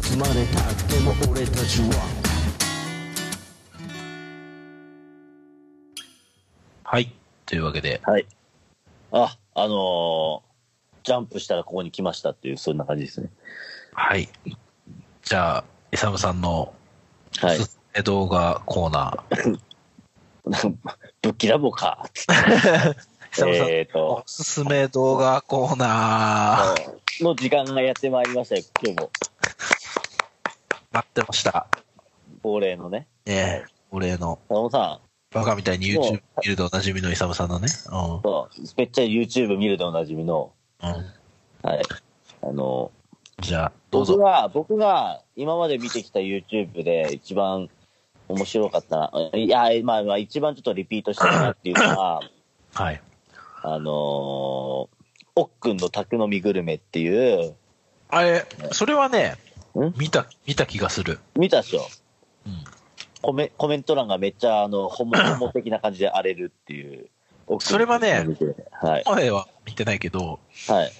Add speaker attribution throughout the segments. Speaker 1: つまであっても俺たちは
Speaker 2: はい。というわけで、
Speaker 3: はい。あ、あのージャンプしたらここに来ましたっていう、そんな感じですね。
Speaker 2: はい。じゃあ、イサムさんの
Speaker 3: はい
Speaker 2: おす。すめ動画コーナー。
Speaker 3: なんかぶっきらぼ うか。つ
Speaker 2: イ
Speaker 3: っ
Speaker 2: サムさん、
Speaker 3: えー
Speaker 2: お
Speaker 3: と、
Speaker 2: すすめ動画コーナー。
Speaker 3: の時間がやってまいりましたよ、今日も。
Speaker 2: 待ってました。
Speaker 3: 恒例のね。
Speaker 2: ねえ、俺の、
Speaker 3: 佐野さ
Speaker 2: バカみたいに
Speaker 3: もう
Speaker 2: YouTube 見るでおなじみのイサムさんのね。
Speaker 3: ん、そう、めっちゃ YouTube 見るでおなじみの、
Speaker 2: うん。うん。
Speaker 3: はい。あの、
Speaker 2: じゃあ、どう
Speaker 3: 僕
Speaker 2: ぞ。
Speaker 3: が、僕が今まで見てきた YouTube で一番面白かったな、いや、まあまあ一番ちょっとリピートしたなっていうのは、
Speaker 2: はい。
Speaker 3: あのー、おっくんの宅飲みグルメっていう、
Speaker 2: あれ、それはね
Speaker 3: ん、
Speaker 2: 見た、見た気がする。
Speaker 3: 見たっしょ
Speaker 2: うん。
Speaker 3: コメコメント欄がめっちゃ、あの、ホモホモ的な感じで荒れるっていう。おっくんの
Speaker 2: それはね
Speaker 3: 宅飲みグルメはい。
Speaker 2: 前は見てないけど、
Speaker 3: はい。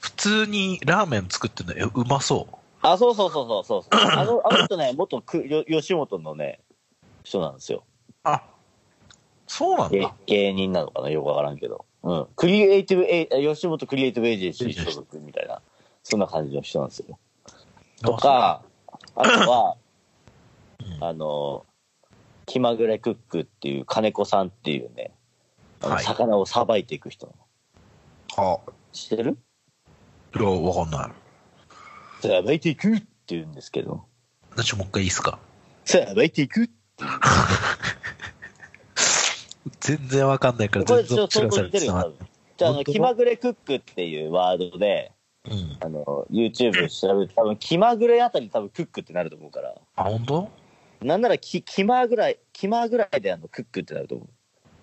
Speaker 2: 普通にラーメン作ってるの、えうまそう。
Speaker 3: あ、そうそうそうそ うそうそう。あの、あの人ね、元くよ吉本のね、人なんですよ。
Speaker 2: あ、そうなん
Speaker 3: 芸
Speaker 2: だ。
Speaker 3: 芸人なのかなよくわからんけど。うん。クリエイティブエイ、吉本クリエイティブエージェンシー所属みたいな、そんな感じの人なんですよ。とか、あとは、あの、気まぐれクックっていう金子さんっていうね、あの
Speaker 2: はい
Speaker 3: 魚をさばいていく人。
Speaker 2: あ、
Speaker 3: 知ってる
Speaker 2: いや、わかんない。
Speaker 3: さばいていくって言うんですけど、
Speaker 2: 私もう一回いいっすか
Speaker 3: さばいていく
Speaker 2: 全然わかんないから、
Speaker 3: これ
Speaker 2: 全
Speaker 3: ちょ
Speaker 2: 然
Speaker 3: っと相当
Speaker 2: さ
Speaker 3: 似てるよ、多
Speaker 2: な
Speaker 3: 分。じゃあ、あ
Speaker 2: 本
Speaker 3: の、
Speaker 2: 当だ
Speaker 3: 気まぐれクックっていうワードで、
Speaker 2: うん。
Speaker 3: あの、YouTube 調べて、多分気まぐれあたり多分クックってなると思うから。
Speaker 2: あ、本当
Speaker 3: なんならき、キマーぐらい、キマーぐらいであの、クックってなると思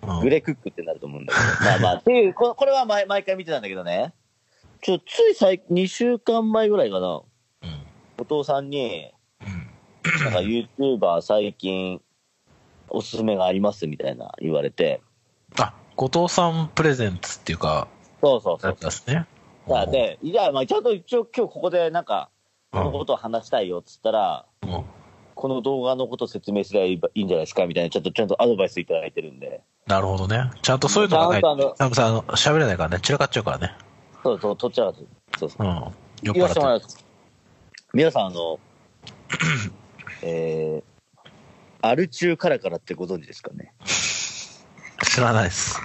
Speaker 2: うん
Speaker 3: う。グレクックってなると思うんだけど。 まあまあ、っていう、ここれは毎毎回見てたんだけどね。ちょ、つい最、2週間前ぐらいかな。
Speaker 2: うん。
Speaker 3: お父さんに、
Speaker 2: うん。
Speaker 3: なんか YouTuber 最近、おすすめがありますみたいな言われて。
Speaker 2: あ、後藤さんプレゼンツっていうか、
Speaker 3: そうそうそ
Speaker 2: や
Speaker 3: う
Speaker 2: つ。ですね。
Speaker 3: さあで、じゃあ、まあ、ちゃんと一応今日ここでなんか、
Speaker 2: うん、
Speaker 3: このことを話したいよっつったら、
Speaker 2: うん
Speaker 3: この動画のことを説明すればいいんじゃないですかみたいな、ちょっとちゃんとアドバイスいただいてるんで。
Speaker 2: なるほどね。ちゃんとそういうのがない
Speaker 3: ちゃんとあの
Speaker 2: と、サムさん、あの喋れないからね、散らかっちゃうからね。
Speaker 3: そうそう、とっちゃうそうそう。
Speaker 2: うん。酔っ
Speaker 3: 言わ
Speaker 2: 払って
Speaker 3: せ
Speaker 2: て
Speaker 3: もらいます。皆さん、あ の、えー、アル中カラカラってご存知ですかね。
Speaker 2: 知らないです。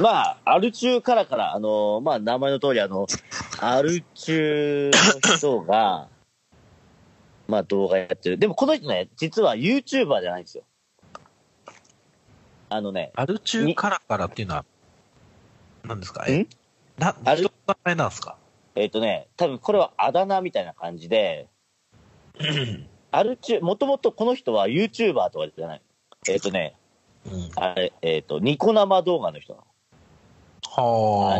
Speaker 3: まあ、アル中カラカラ、あの、まあ、名前の通り、あの、アル中の人 が、まあ、動画やってる。でも、この人ね、実は YouTuber じゃないんですよ。あのね、
Speaker 2: アルチューカラカラっていうのは、何ですか
Speaker 3: ん
Speaker 2: えな、
Speaker 3: ア
Speaker 2: 人
Speaker 3: ル
Speaker 2: の名前なんですか
Speaker 3: えっ、とね、多分これはあだ名みたいな感じ で、アル中、もともとこの人は YouTuber とかじゃない。えっ、とね、
Speaker 2: うん。
Speaker 3: あれ、えっ、と、ニコ生動画の人な
Speaker 2: は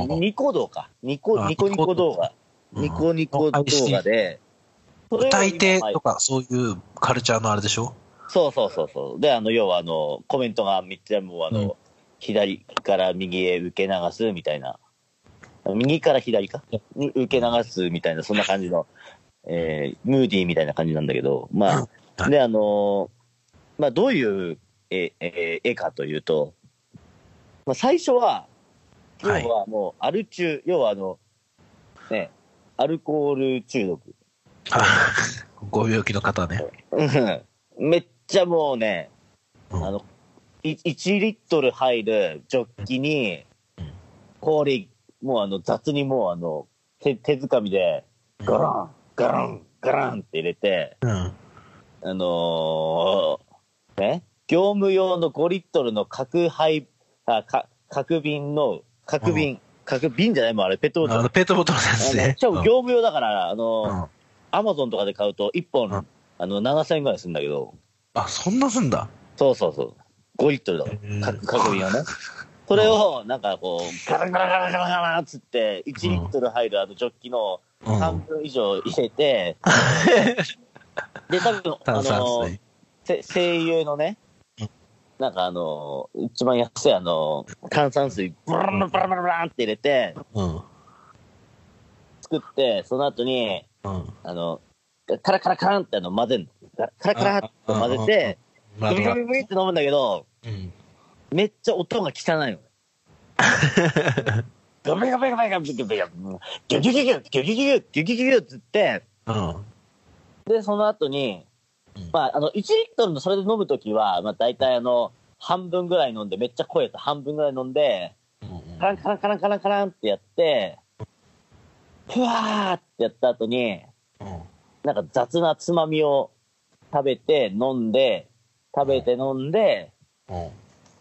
Speaker 3: の。あ
Speaker 2: あ。
Speaker 3: ニコ動か。ニコ、
Speaker 2: あ
Speaker 3: ニコニコ動画。
Speaker 2: うん
Speaker 3: ニコニコ動画で、それを今
Speaker 2: 歌い手と
Speaker 3: はい
Speaker 2: かそういうカルチャーのあれでしょ
Speaker 3: そうそうそうそう。で、あの、要はあの、コメントがめっちゃもうあの、
Speaker 2: うん
Speaker 3: 左から右へ受け流すみたいな。右から左かに受け流すみたいな、そんな感じの、えー、ムーディーみたいな感じなんだけど、ま
Speaker 2: う
Speaker 3: あ、
Speaker 2: ん
Speaker 3: で、あのーまあ、どういう絵、えー絵かというと、まあ、最初は、要
Speaker 2: はい
Speaker 3: はもう、アル中、要はあの、ね、アルコール中毒。
Speaker 2: あ ご病気の方ね。
Speaker 3: うんめっちゃもうね、
Speaker 2: うん
Speaker 3: あの、い1リットル入るジョッキに
Speaker 2: うん、
Speaker 3: 氷、もうあの雑にもうあの、手、手づかみで、ガラン、ガラン、ガランって入れて、
Speaker 2: うん。
Speaker 3: あのーね、業務用の5リットルの角杯、あ、か、角瓶の、角瓶、角瓶じゃないもん、あれ、ペットボト
Speaker 2: あ
Speaker 3: ル。
Speaker 2: の、ペットボトルのやつ
Speaker 3: あの
Speaker 2: ね
Speaker 3: し。かも業務用だから、あの
Speaker 2: う
Speaker 3: ー
Speaker 2: んうん
Speaker 3: アマゾンとかで買うと1
Speaker 2: う
Speaker 3: 本、
Speaker 2: ん
Speaker 3: あの、7000円ぐらいするんだけど、
Speaker 2: あ、そんなすんだ。
Speaker 3: そうそうそう。5リットルだ
Speaker 2: へー
Speaker 3: から、角瓶をね。それを、なんかこう、ガラガラガラガラガラっつって、1リットル入るあのジョッキの
Speaker 2: うん。
Speaker 3: 半分以上入れて、で、多分、あ
Speaker 2: 炭酸
Speaker 3: の
Speaker 2: 水。、
Speaker 3: せ声優のね
Speaker 2: うん、
Speaker 3: なんかあの、一番安いあの、炭酸水、ブランブランブランブランって入れて、
Speaker 2: うん。
Speaker 3: 作って、その後に、
Speaker 2: うん。
Speaker 3: あの、カラカラカランってあの混ぜるの。カラカラって混ぜて、ブリブリブリって飲むんだけど、
Speaker 2: うん。
Speaker 3: めっちゃ音が汚いのね。ガブリガブリガブリガブリガブリガブリギュギュギュギュギュギュギュギュギュギュギュって言って、
Speaker 2: うん。
Speaker 3: で、その後に
Speaker 2: うん、
Speaker 3: まあ、あの、1リットルのそれで飲むときは、まあ、大体あの、半分ぐらい飲んで、めっちゃ濃いやつ半分ぐらい飲んで、カランカランカランカランカランってやって、ふわーってやった後に、
Speaker 2: うん。
Speaker 3: なんか雑なつまみを食べて、飲んで、食べて飲んで、
Speaker 2: うん。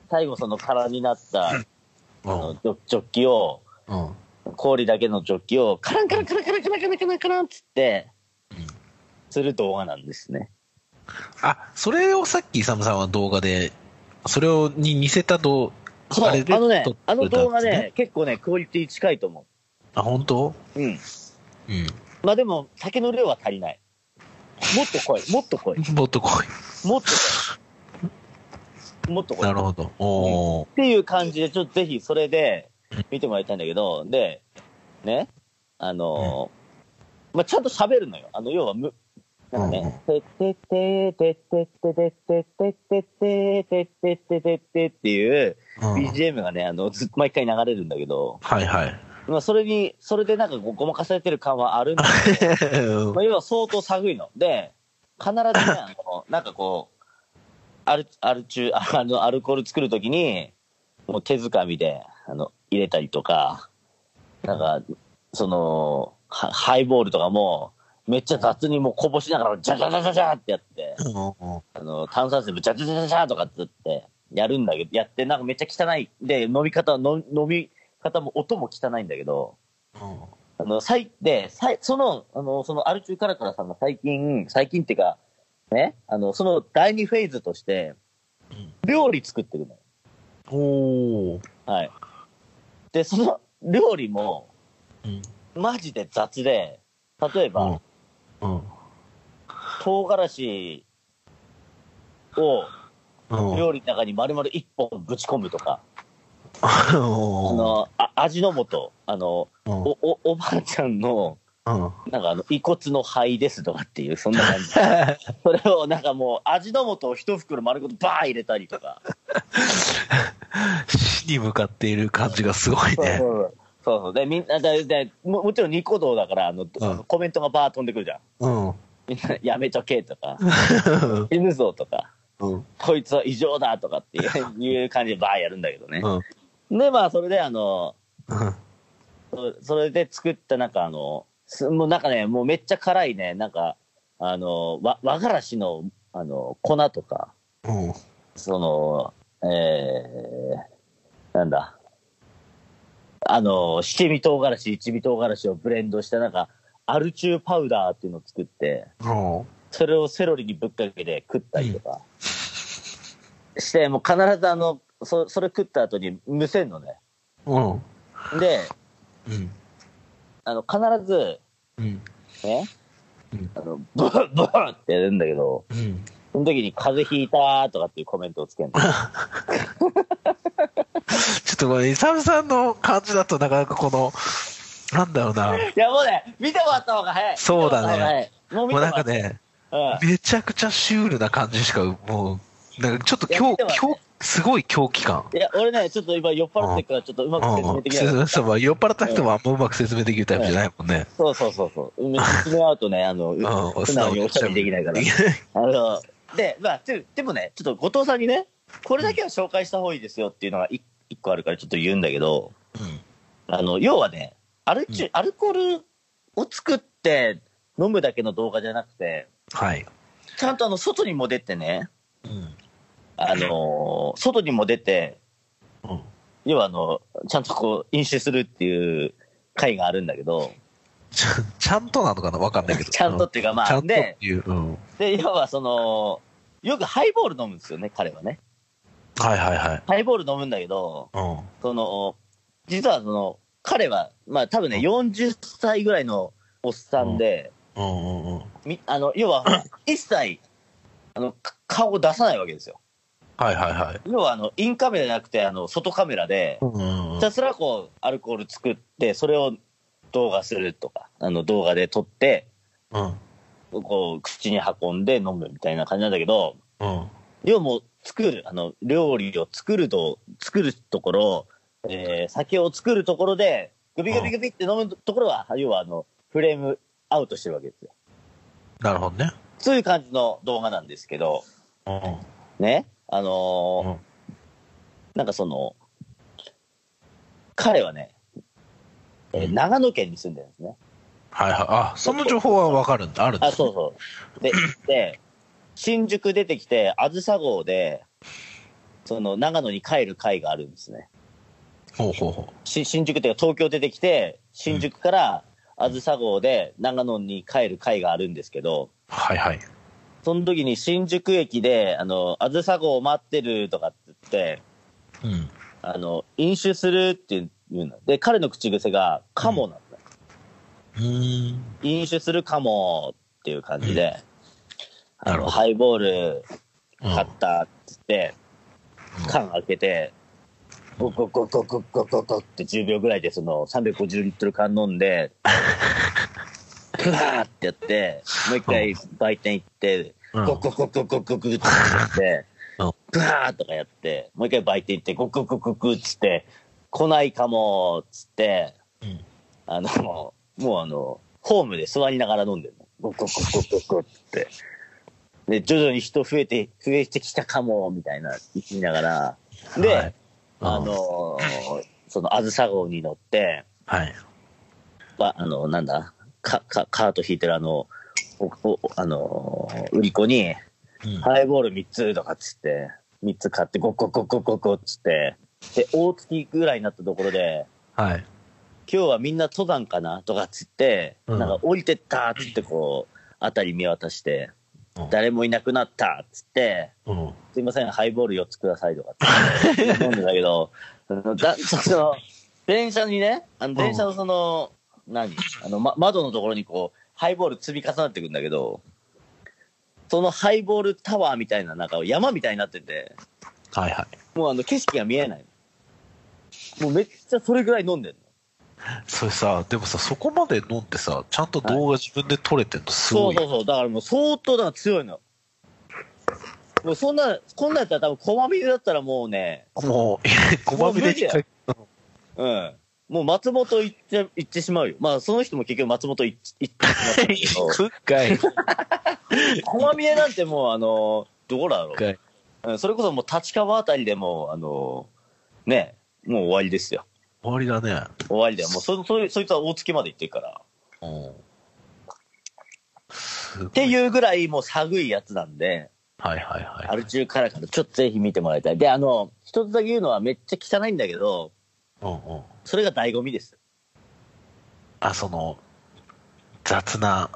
Speaker 3: 最後その空になった、あ
Speaker 2: うん
Speaker 3: の、ジョジョッキを、
Speaker 2: うん。
Speaker 3: 氷だけのジョッキを、カランカランカランカランカランカランカランカランっつって
Speaker 2: うん、
Speaker 3: する動画なんですね。
Speaker 2: あ、それをさっきイサムさんは動画で、それをに似せた動
Speaker 3: そう、あ
Speaker 2: れで
Speaker 3: のね
Speaker 2: 撮っ、
Speaker 3: あの
Speaker 2: てたん
Speaker 3: 動
Speaker 2: で
Speaker 3: 画
Speaker 2: すね
Speaker 3: ね、結構ね、クオリティ近いと思
Speaker 2: あ、本当
Speaker 3: う。う
Speaker 2: う
Speaker 3: ん。
Speaker 2: ん。
Speaker 3: まあでも、酒の量は足りない。もっと濃い、もっと濃い、
Speaker 2: もっと来
Speaker 3: もっと濃い。もっと
Speaker 2: い。
Speaker 3: 濃い。
Speaker 2: な
Speaker 3: っ
Speaker 2: るほど。おー。
Speaker 3: ていう感じで、ちょっとぜひそれで見てもらいたいんだけど、で、ね、あのーまあちゃんと喋るのよ。あの、要はむ、なんかね、てってっててってってってってってってってってってってっていう
Speaker 2: うん、
Speaker 3: BGM がね、あの、ずっと毎回流れるんだけど、
Speaker 2: はい はい。
Speaker 3: まあ、それに、それでなんかごごまかされてる感はあるんだけど、まあ、要は相当寒いの。で、必ずね、あのなんかこう、アル、アル中、ああの、アルコール作るときに、もう手づかみで、あの、入れたりとか、なんか、その、ハハイボールとかも、めっちゃ雑にもうこぼしながら、ジャジャジャジャジャってやって、あの、炭酸水もジャジャジャジャとかって言って、やるんだけど、やって、なんかめっちゃ汚い。で、飲み方、の飲み方も音も汚いんだけど、あの、最、で、最、その、あの、その、アルチューカラカラさんが最近、最近っていうか、ね、あの、その第二フェーズとして、料理作ってるのよ。
Speaker 2: おー。
Speaker 3: はい。で、その料理も、
Speaker 2: うん。
Speaker 3: マジで雑で、例えば、
Speaker 2: うん。
Speaker 3: 唐辛子を
Speaker 2: うん。
Speaker 3: 料理の中に丸々一本ぶち込むとか、
Speaker 2: あ
Speaker 3: あ
Speaker 2: の、
Speaker 3: の、あ味の素、あの、
Speaker 2: うん
Speaker 3: お、お、おばあちゃんの、
Speaker 2: うん。
Speaker 3: なんかあの、遺骨の灰ですとかっていう、そんな 感じ。それをなんかもう、味の素を一袋丸ごとバーン入れたり とか。
Speaker 2: 死に向かっている感じがすごいね。
Speaker 3: うそうそう。で、みんな、で、でももちろんニコ動だから、あの、
Speaker 2: ん
Speaker 3: コメントがバーン飛んでくるじゃん。
Speaker 2: うん。
Speaker 3: みんな、 やめとけ とか、死ぬぞとか、
Speaker 2: うん。
Speaker 3: こいつは異常だとかっていう いう感じでバーンやるんだけどね
Speaker 2: う。ん。
Speaker 3: で、まあ、それであの、そそれで作ったなんかあの、すもうなんかね、もうめっちゃ辛いね、なんか、あの、わ、和がらしの、あの、粉とか、
Speaker 2: うん。
Speaker 3: その、えー、なんだ、あの、七味唐辛子、一味唐辛子をブレンドした、なんか、アルチューパウダーっていうのを作って、
Speaker 2: うん。
Speaker 3: それをセロリにぶっかけて食ったりとか、して、もう必ずあの、そそれ食った後にむせんのね。
Speaker 2: うん。
Speaker 3: で、
Speaker 2: うん。
Speaker 3: あの、必ず、
Speaker 2: うん。
Speaker 3: ね
Speaker 2: うん、
Speaker 3: あの、ブンブンってやるんだけど、
Speaker 2: うん。
Speaker 3: その時に風邪ひいたとかっていうコメントをつけるの。
Speaker 2: ちょっとこれ、イサムさんの感じだとなかなかこの、なんだろうな。
Speaker 3: いや、もうね、見てもらった方が早い。
Speaker 2: そうだね
Speaker 3: 見てもらった方が早い。もう
Speaker 2: も
Speaker 3: 見
Speaker 2: う
Speaker 3: てもら
Speaker 2: なん
Speaker 3: った
Speaker 2: かね、
Speaker 3: うん
Speaker 2: めちゃくちゃシュールな感じしか、もう、なんかちょっと狂、狂、すごい狂気感。
Speaker 3: いや、俺ね、ちょっと今酔っ払ってるから、ちょっとうまく説明できない。
Speaker 2: うん、そうまあ酔っ払った人もあんまうまく説明できるタイプじゃないもんね。
Speaker 3: そうそうそうそう。うん説明合うとね、あの、
Speaker 2: うん、
Speaker 3: 素直におしゃべりできないから。あの、で、まあ、てでもね、ちょっと後藤さんにね、これだけは紹介した方がいいですよっていうのがい一個あるからちょっと言うんだけど、あの、要はね、アルチュ、アルコールを作って飲むだけの動画じゃなくて、
Speaker 2: はい。
Speaker 3: ちゃんとあの、外にも出てね、
Speaker 2: うん。
Speaker 3: あの、外にも出て、
Speaker 2: うん。
Speaker 3: 要はあの、ちゃんとこう、飲酒するっていう回があるんだけど、
Speaker 2: ちゃちゃんとなのかなわかんないけど。
Speaker 3: ちゃんとっていうか、ま
Speaker 2: ちゃ
Speaker 3: あ、
Speaker 2: んとっ
Speaker 3: で、
Speaker 2: ていう。うん。
Speaker 3: で、要はその、よくハイボール飲むんですよね、彼はね。
Speaker 2: はいはいはい。
Speaker 3: ハイボール飲むんだけど、
Speaker 2: うん。
Speaker 3: その、実はその、彼は、まあ多分ね、
Speaker 2: うん
Speaker 3: 40歳ぐらいのおっさんで、
Speaker 2: うんうんうん。
Speaker 3: みあの、要は、一切、あの、か顔を出さないわけですよ。
Speaker 2: はいはいはい。
Speaker 3: 要は、あの、インカメラじゃなくて、あの、外カメラで、
Speaker 2: うんうんうん
Speaker 3: ひたすらこう、アルコール作って、それを動画するとか、あの、動画で撮って、
Speaker 2: うん。
Speaker 3: こう、口に運んで飲むみたいな感じなんだけど、
Speaker 2: うん。
Speaker 3: 量も作る、あの、料理を作ると、作るところ、えー酒を作るところで、グビグビグビって飲むところは、要はあの、フレームアウトしてるわけですよ。
Speaker 2: なるほどね。
Speaker 3: そういう感じの動画なんですけど、
Speaker 2: う
Speaker 3: ね、あのー
Speaker 2: うん
Speaker 3: なんかその、彼はね、えー
Speaker 2: うん
Speaker 3: 長野県に住んでるんですね。
Speaker 2: はいはい。あ、その情報はわかるんだ。あるんだ。
Speaker 3: あ、そうそう。で、で新宿出てきて、あずさ号で、その長野に帰る会があるんですね。
Speaker 2: ほうほうほ
Speaker 3: し新宿っていうか東京出てきて、新宿からあずさ号で長野に帰る会があるんですけど、
Speaker 2: う。はいはい。
Speaker 3: その時に新宿駅で、あの、あずさ号を待ってるとかって言って、
Speaker 2: うん。
Speaker 3: あの、飲酒するっていうの。で、彼の口癖が、カモなんだ。
Speaker 2: うーん。
Speaker 3: 飲酒するかもっていう感じで、
Speaker 2: うん
Speaker 3: あ
Speaker 2: なる
Speaker 3: の
Speaker 2: ほど
Speaker 3: ハイボール
Speaker 2: うん
Speaker 3: 買ったってって、缶開けて、ゴゴゴゴゴゴゴゴって10秒ぐらいでその350リットル缶飲んで、ふわーってやって、もう一回売店行って、
Speaker 2: うん
Speaker 3: ゴゴゴゴゴゴゴってやって、
Speaker 2: うん
Speaker 3: ふわーとかやって、もう一回売店行って、ゴゴゴゴゴっつって、来ないかもっつって、
Speaker 2: うん
Speaker 3: あの、もうあの、ホームで座りながら飲んでるの。ゴクゴクゴクゴクって。で、徐々に人増えて、増えてきたかも、みたいな、言いながら。で、
Speaker 2: はい
Speaker 3: あ、のーその、あずさ号に乗って、
Speaker 2: うんはい。
Speaker 3: ばあの、なんだ、か、か、カート引いてるあの、おおあのー売り子に、
Speaker 2: うん
Speaker 3: ハイボール3つとかっつって、3つ買って、ゴクゴクゴクゴクっつって、で、大月ぐらいになったところで、
Speaker 2: はい。
Speaker 3: 今日はみんな登山かなとかっつって、
Speaker 2: うん
Speaker 3: なんか降りてったっつってこう、辺り見渡して、
Speaker 2: うん
Speaker 3: 誰もいなくなったっつって、
Speaker 2: うん。
Speaker 3: すいません、ハイボール4つくださいとかっつっ て飲んでたけど、あのだその、電車にね、あの電車のその、何あの、ま、窓のところにこう、ハイボール積み重なってくんだけど、そのハイボールタワーみたいな、なんか山みたいになってて、
Speaker 2: はいはい。
Speaker 3: もうあの景色が見えない。もうめっちゃそれぐらい飲んでるの。
Speaker 2: それさ、でもさ、そこまで飲んでさ、ちゃんと動画自分で撮れてんのす
Speaker 3: そ
Speaker 2: ご
Speaker 3: う
Speaker 2: い。
Speaker 3: そうそう、だからもう相当だから強いの。もうそんな、こんなんやったら多分、こまみれだったらもうね、
Speaker 2: もう、いや ごまみれに
Speaker 3: もう無理だようん。もう松本行って、行ってしまうよ。まあ、その人も結局松本行っ行ってしまったん
Speaker 2: 行くん
Speaker 3: だけ
Speaker 2: かい。
Speaker 3: ど、こまみれなんてもう、あの、どこだろ。
Speaker 2: かいう
Speaker 3: うん、それこそもう立川あたりでもう、あの、ね、もう終わりですよ。
Speaker 2: 終わりだね。
Speaker 3: 終わりだよ。もうそ、そ、そいつは大月まで行ってるから。
Speaker 2: うん。すご
Speaker 3: って
Speaker 2: う。
Speaker 3: いうぐらいもう寒いやつなんで、
Speaker 2: はいはいはい。
Speaker 3: アル中からからちょっとぜひ見てもらいたい。で、あの、一つだけ言うのはめっちゃ汚いんだけど、
Speaker 2: うんうん。
Speaker 3: それが醍醐味です。
Speaker 2: あ、その、雑な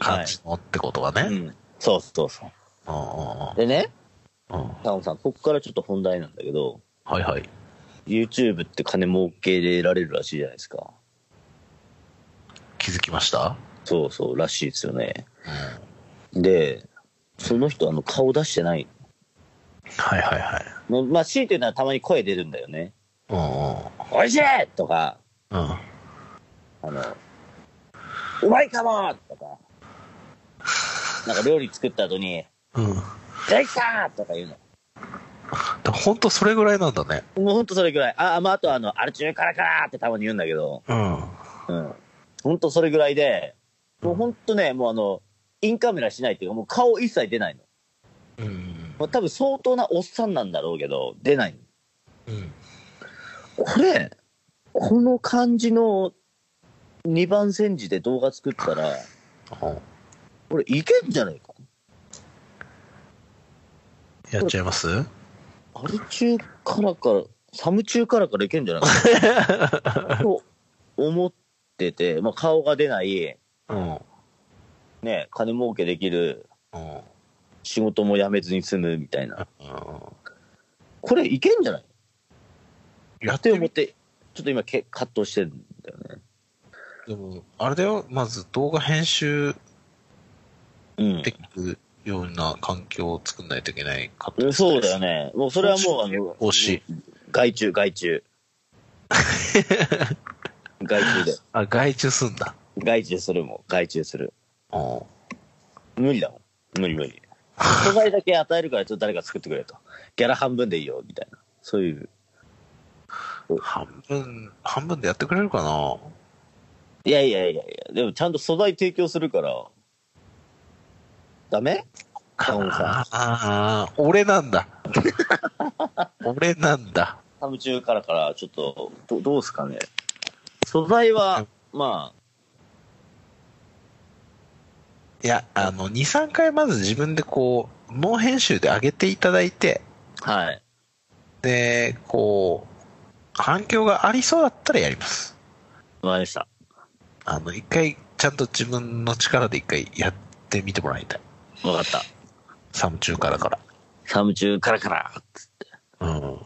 Speaker 2: 感じのってことはね。うんうん
Speaker 3: ん。そうそうそう。
Speaker 2: う
Speaker 3: でね、
Speaker 2: んうん。
Speaker 3: タモさん、ここからちょっと本題なんだけど、
Speaker 2: はいはい。
Speaker 3: YouTube って金儲けられるらしいじゃないですか。
Speaker 2: 気づきました
Speaker 3: そうそう、らしいですよね。で、その人、あの、顔出してない。
Speaker 2: はいはいはい。
Speaker 3: ままあ、強いて言うのはたまに声出るんだよね。
Speaker 2: う
Speaker 3: おいしいとか、
Speaker 2: んうん。うん。
Speaker 3: あの、うまいかもとか、なんか料理作った後に、
Speaker 2: うん。
Speaker 3: できたとか言うの。
Speaker 2: 本当それぐらいなんだね。
Speaker 3: もうほんとそれぐらい。あ、あまあ、あとあの、アル中からからってたまに言うんだけど、
Speaker 2: うん。
Speaker 3: うん。本当それぐらいで、もう本当ね、もうあの、インカメラしないっていうか、もう顔一切出ないの。
Speaker 2: うん。
Speaker 3: もう多分相当なおっさんなんだろうけど、出ないの。
Speaker 2: うん。
Speaker 3: これ、この感じの2番煎じで動画作ったら、これいけんじゃないか。
Speaker 2: やっちゃいます
Speaker 3: アル中からから、サム中からからいけんじゃないか。と思ってて、まあ顔が出ない、
Speaker 2: うん。
Speaker 3: ね、金儲けできる、
Speaker 2: うん。
Speaker 3: 仕事も辞めずに済むみたいな。これいけんじゃない
Speaker 2: やっ
Speaker 3: って
Speaker 2: て
Speaker 3: 思っ
Speaker 2: み
Speaker 3: て、ちょっと今け、葛藤してるんだよね。
Speaker 2: ても、あれだよ、まず動画編集
Speaker 3: うん
Speaker 2: できるような環境を作んないといけないか
Speaker 3: うん。そうだよ
Speaker 2: ね。
Speaker 3: ね。もうそれはもう、あの、
Speaker 2: 欲しい。
Speaker 3: 外注、外注。外注で。
Speaker 2: あ、外注すんだ。
Speaker 3: 外注するもん、外注する。
Speaker 2: うん。
Speaker 3: 無理だもん。無理無理。素材だけ与えるから、ちょっと誰か作ってくれと。ギャラ半分でいいよ、みたいな。そういう。
Speaker 2: 半分、半分でやってくれるかない
Speaker 3: やいやいやいや、でもちゃんと素材提供するから。ダメタモさ
Speaker 2: ああー、俺なん だ。俺なんだ。
Speaker 3: ん。タム中からから、ちょっと、どどうすかね。素材は、まあ、
Speaker 2: いや、あの、2、3回まず自分でこう、脳編集で上げていただいて、
Speaker 3: はい。
Speaker 2: で、こう、反響がありそうだったらやります。
Speaker 3: わかりました。
Speaker 2: あの、一回、ちゃんと自分の力で一回やってみてもらいたい。
Speaker 3: わかった。
Speaker 2: サム中からから。
Speaker 3: タム中からから、
Speaker 2: うん。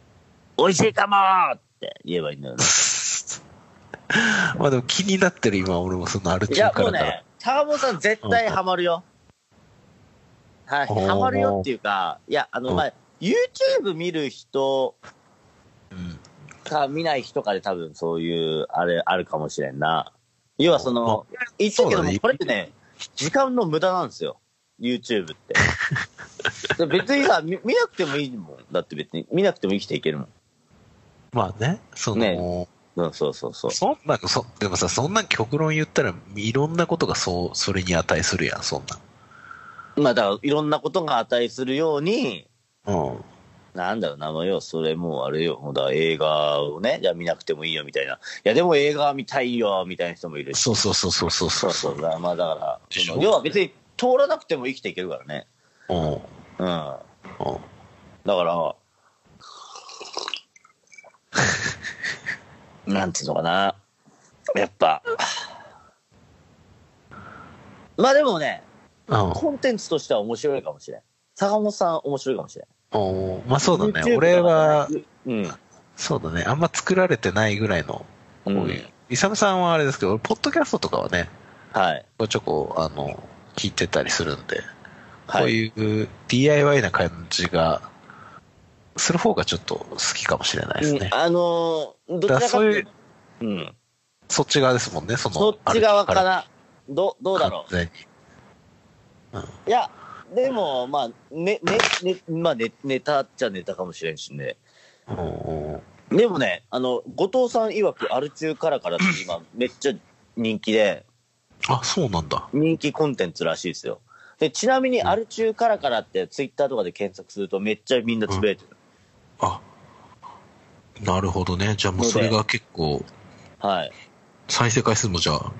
Speaker 3: 美味しいかもーって言えばいいんだよね。
Speaker 2: まあでも気になってる今、俺もそのアル
Speaker 3: い
Speaker 2: 中
Speaker 3: や、
Speaker 2: か
Speaker 3: も
Speaker 2: ら
Speaker 3: う
Speaker 2: から。
Speaker 3: ね、タモさん絶対ハマるよ。はい、
Speaker 2: おー
Speaker 3: ハマるよっていうか、いや、あ
Speaker 2: う
Speaker 3: の、
Speaker 2: ん
Speaker 3: まあ、YouTube 見る人
Speaker 2: うん
Speaker 3: か見ない人かで多分そういう、あれ、あるかもしれんな。要はその、言ったけ
Speaker 2: そう
Speaker 3: ど
Speaker 2: だ
Speaker 3: も
Speaker 2: ね、
Speaker 3: これってね、時間の無駄なんですよ。YouTube って。で別にさ見、見なくてもいいもん。だって別に、見なくても生きていけるもん。
Speaker 2: まあね、その、
Speaker 3: ねうん、そうそうそう。
Speaker 2: そんなそ、でもさ、そんなん極論言ったら、いろんなことがそう、それに値するやん、そん
Speaker 3: まあだから、いろんなことが値するように、
Speaker 2: なん。うん。
Speaker 3: なんだろうな、もうよ、それもうあれよ、もうだから映画をね、じゃあ見なくてもいいよみたいな。いや、でも映画見たいよ、みたいな人もいるし。
Speaker 2: そうそうそうそうそう
Speaker 3: そ
Speaker 2: そうう
Speaker 3: そうだからまあだから、
Speaker 2: でしょ
Speaker 3: その要は別に通らなくても生きていけるからね。
Speaker 2: うん。うん。
Speaker 3: うん。だから、 なんていうのかな。やっぱ。まあでもね、
Speaker 2: うん
Speaker 3: コンテンツとしては面白いかもしれん。坂本さん面白いかもしれん。
Speaker 2: うん。まあそうだ
Speaker 3: YouTube
Speaker 2: ね、俺は、
Speaker 3: うん。
Speaker 2: そうだね、あんま作られてないぐらいの、こう
Speaker 3: うん
Speaker 2: いう。イサムさんはあれですけど、俺ポッドキャストとかはね、
Speaker 3: は
Speaker 2: ち
Speaker 3: い。
Speaker 2: ょこちょこ、あの、聞いてたりするんで、
Speaker 3: はい
Speaker 2: こういう DIY な感じが、する方がちょっと好きかもしれないですね。
Speaker 3: うんあのーどちらかというと、うん、
Speaker 2: そっち側ですもんね、その。
Speaker 3: そっち側か
Speaker 2: あれ。
Speaker 3: な。どどうだろ
Speaker 2: 完全に
Speaker 3: う。いや、でも、まあ、ね、ね、ね、まあ、ね、ネタっちゃネタかもしれんしね。
Speaker 2: うんうん
Speaker 3: でもね、あの、後藤さん曰く、アル中からからって 今、めっちゃ人気で、
Speaker 2: あ、そうなんだ。
Speaker 3: 人気コンテンツらしいですよ。で、ちなみに、アル中からからって、ツイッターとかで検索すると、めっちゃみんなつぶやいてる。
Speaker 2: あ、なるほどね。じゃあもうそれが結構、
Speaker 3: はい。
Speaker 2: 再生回数もじゃあ、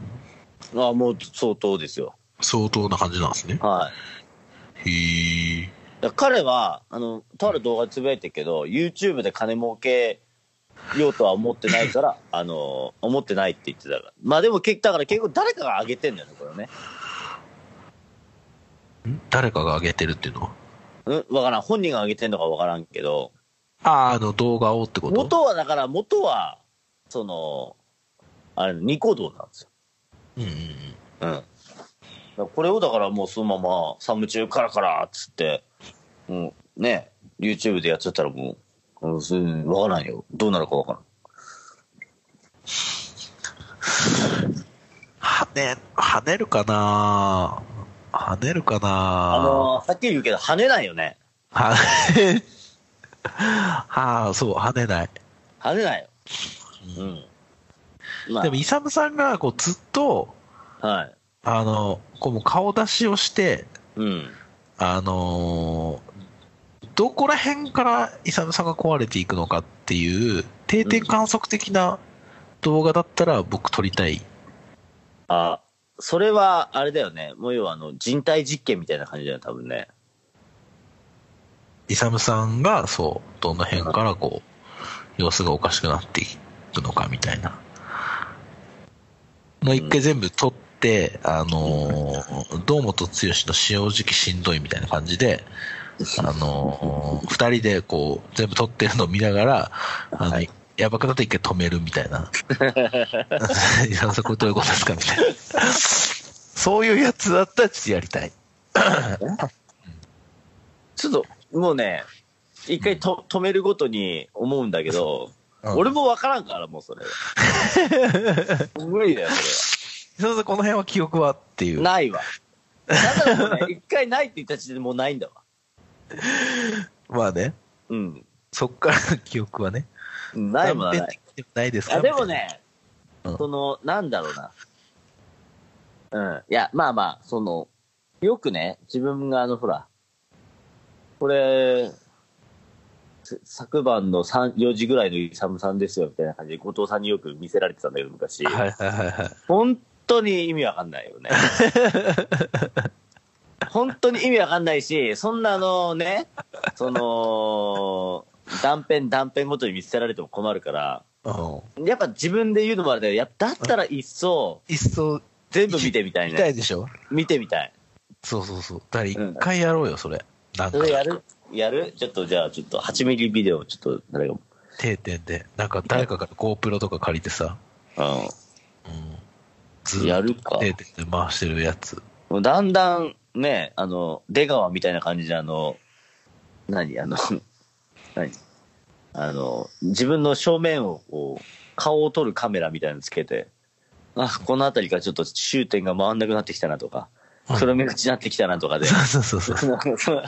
Speaker 3: あもう相当ですよ。
Speaker 2: 相当な感じなんですね。
Speaker 3: はい。
Speaker 2: へー
Speaker 3: だから彼は、あの、とある動画でつぶやいてるけど、YouTube で金儲けようとは思ってな いから、あの、思ってないって言ってたから。まあでも結、だから結構誰かが上げてんだよね、これね。
Speaker 2: ん誰かが上げてるっていうのは
Speaker 3: うん、わからん。本人が上げてんのかわからんけど、
Speaker 2: あー、あの動画をってこと
Speaker 3: 元はだから、元は、その、あれ、ニコ動なんですよ。
Speaker 2: うんうんうん。
Speaker 3: うん。だからこれをだからもうそのまま、サムチューからからっつって、もうね、YouTube でやっちゃったらもう、うんそういうわからんよ。どうなるかわからん。
Speaker 2: 跳ね、跳ねるかな跳ねるかな
Speaker 3: あのー、はっきり言うけど、跳ねないよね。
Speaker 2: は、 はあ、そう、跳ねない。
Speaker 3: 跳ねないよ。うん。まあ、
Speaker 2: でも、イサムさんが、こう、ずっと、
Speaker 3: はい。
Speaker 2: あの、こう、もう顔出しをして、
Speaker 3: うん。
Speaker 2: あのーどこら辺からイサムさんが壊れていくのかっていう、定点観測的な動画だったら、僕撮りたい。
Speaker 3: あ、それは、あれだよね。もう要は、あの、人体実験みたいな感じだよね、多分ね。
Speaker 2: イサムさんが、そう、どの辺から、こう、様子がおかしくなっていくのかみたいな。の一回全部撮って、あのー、堂本剛の正直しんどいみたいな感じで、あのー、二人でこう、全部撮ってるのを見ながら、あの、
Speaker 3: はい
Speaker 2: やばくなって一回止めるみたいな。 伊沢さん、これどういうことですかみたいな。そういうやつだったらちょっとやりたい。
Speaker 3: ちょっと、もうね、一回と止めるごとに思うんだけど、
Speaker 2: うん
Speaker 3: 俺もわからんから、もうそれは。無理だよ、そ
Speaker 2: 伊沢さん、この辺は記憶はってい
Speaker 3: れ
Speaker 2: う。
Speaker 3: は。ないわ。だからね、一回ないって言った時点でもうないんだわ。
Speaker 2: まあね、
Speaker 3: うん。
Speaker 2: そっからの記憶はね。
Speaker 3: ないもんはない。
Speaker 2: でもないですか
Speaker 3: あ
Speaker 2: ら
Speaker 3: でも、ね、
Speaker 2: うん
Speaker 3: その、なんだろうな。うん。いや、まあまあ、その、よくね、自分があの、ほら、これ、さ昨晩の3、4時ぐらいのイサムさんですよ、みたいな感じで、後藤さんによく見せられてたんだけど、昔。
Speaker 2: みたいなはいはいはいはい。
Speaker 3: 本当に意味わかんな いよね。本当に意味わかんないし、そんなあのね、その、断片断片ごとに見せられても困るから、
Speaker 2: うん
Speaker 3: やっぱ自分で言うのもあれだけど、やっぱだったらいっそ、
Speaker 2: いっそ
Speaker 3: 全部見てみたい
Speaker 2: 見た
Speaker 3: ね。
Speaker 2: いでしょ
Speaker 3: 見てみたい。
Speaker 2: そうそうそう。だから一回やろうよ、それ。なんか
Speaker 3: そ、れやるやるちょっとじゃあ、ちょっと8ミリビデオ、ちょっと、誰が、
Speaker 2: 定点で。なんか誰かから GoPro とか借りてさ、うん、ず
Speaker 3: うん、や
Speaker 2: っ
Speaker 3: るか
Speaker 2: と。定点で回してるやつ。
Speaker 3: もうだんだんね、あの、出川みたいな感じで、あの、何、あの、 何、あの、自分の正面をこう、顔を撮るカメラみたいなのつけて、あ、この辺りからちょっと終点が回んなくなってきたなとか、黒目口になってきたなとか で、
Speaker 2: そうそう そうそう。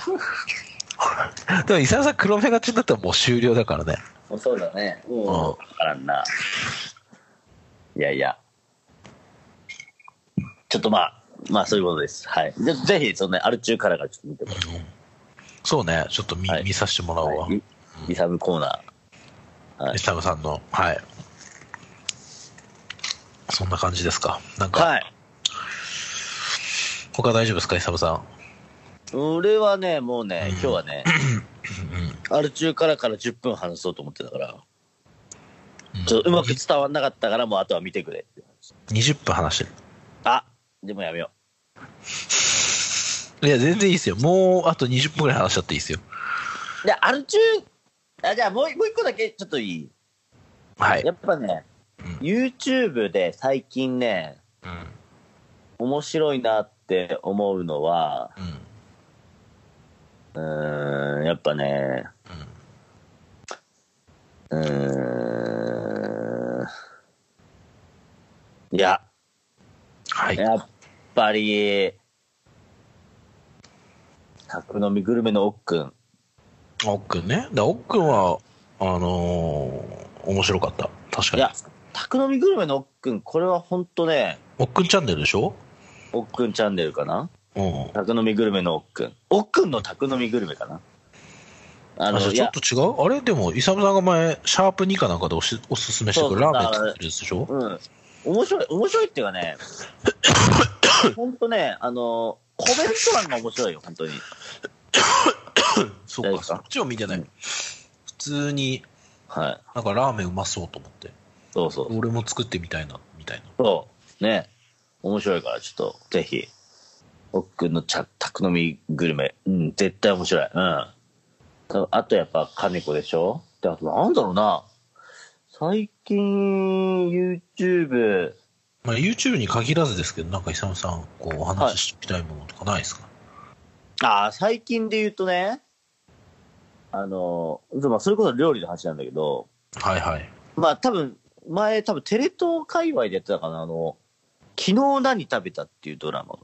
Speaker 2: でも、伊沢さん黒目がちになったらもう終了だからね。
Speaker 3: もうそうだね。
Speaker 2: ん
Speaker 3: もう、わからんな。いやいや。ちょっとまあ、まあそういうことです。はい。ぜぜひ、そのね、アル中からがちょっと見てもらって
Speaker 2: そうね、ちょっと見,、
Speaker 3: はい
Speaker 2: 見させてもらおうわ。
Speaker 3: はい、イイサムコーナはい
Speaker 2: 石田さんの、はい。そんな感じですか。なん
Speaker 3: ー。
Speaker 2: か、
Speaker 3: はい。
Speaker 2: 他大丈夫ですか、石田さん。
Speaker 3: 俺はね、もうね、
Speaker 2: うん
Speaker 3: 今日はね、
Speaker 2: うん
Speaker 3: アル中からから10分話そうと思ってたから、ちょっとうまく伝わんなかったから、もうあとは見てくれって。
Speaker 2: 20分話して
Speaker 3: あでもやめよ
Speaker 2: る。いや、全然いいですよ。もう、あと20分ぐらい話しちゃっていいですよ。
Speaker 3: う。で、アル中、あじゃあもうもう一個だけちょっといい
Speaker 2: はい。
Speaker 3: やっぱね、
Speaker 2: う
Speaker 3: YouTube で最近ね、
Speaker 2: うん。
Speaker 3: 面白いなって思うのは、
Speaker 2: うん。うん。
Speaker 3: うーん、やっぱね、うーん、いや、
Speaker 2: はい。
Speaker 3: やっぱり、宅飲みグルメの奥くん。
Speaker 2: おっくんね。だからおっくんは、あのー面白かった。確か
Speaker 3: い
Speaker 2: に
Speaker 3: や。、宅飲みグルメの奥くん、これは本当ね、
Speaker 2: おっくんチャンネルでしょ
Speaker 3: 奥くんチャンネルかな
Speaker 2: うん。
Speaker 3: 宅飲みグルメの奥くん。奥くんの宅飲みグルメかなあ
Speaker 2: あ
Speaker 3: の、
Speaker 2: じゃあ
Speaker 3: い
Speaker 2: ちょっ
Speaker 3: や、
Speaker 2: と違うあれでも、イサムさんが前、シャープ2かなんかでおしおすすめしてくる
Speaker 3: そ
Speaker 2: ラ
Speaker 3: う
Speaker 2: ーメン作ってるやつでしょ
Speaker 3: うん。面白い、面白いっていうかね、本当ね、あの、コメント欄が面白いよ、本当に。
Speaker 2: そうか、そっちを見てない。
Speaker 3: うん
Speaker 2: 普通に、
Speaker 3: はい。
Speaker 2: なんかラーメンうまそうと思って、
Speaker 3: そうそう。
Speaker 2: 俺も作ってみたいな、みたいな。
Speaker 3: そう。ね。面白いから、ちょっと、ぜひ、奥くんの茶宅飲みグルメ。うん、絶対面白い。うん。たあとやっぱ、金子でしょで、あとなんだろうな。最近、YouTube、
Speaker 2: まあ、YouTube に限らずですけど、なんか、イサムさん、こう、お話ししておきたいものとかないですか、
Speaker 3: ああ、最近で言うとね、あの、まあ、それこそ料理の話なんだけど、
Speaker 2: はい、はい
Speaker 3: まあ多分、前多分テレ東界隈でやってたかな、あの、昨日何食べたっていうドラマ
Speaker 2: は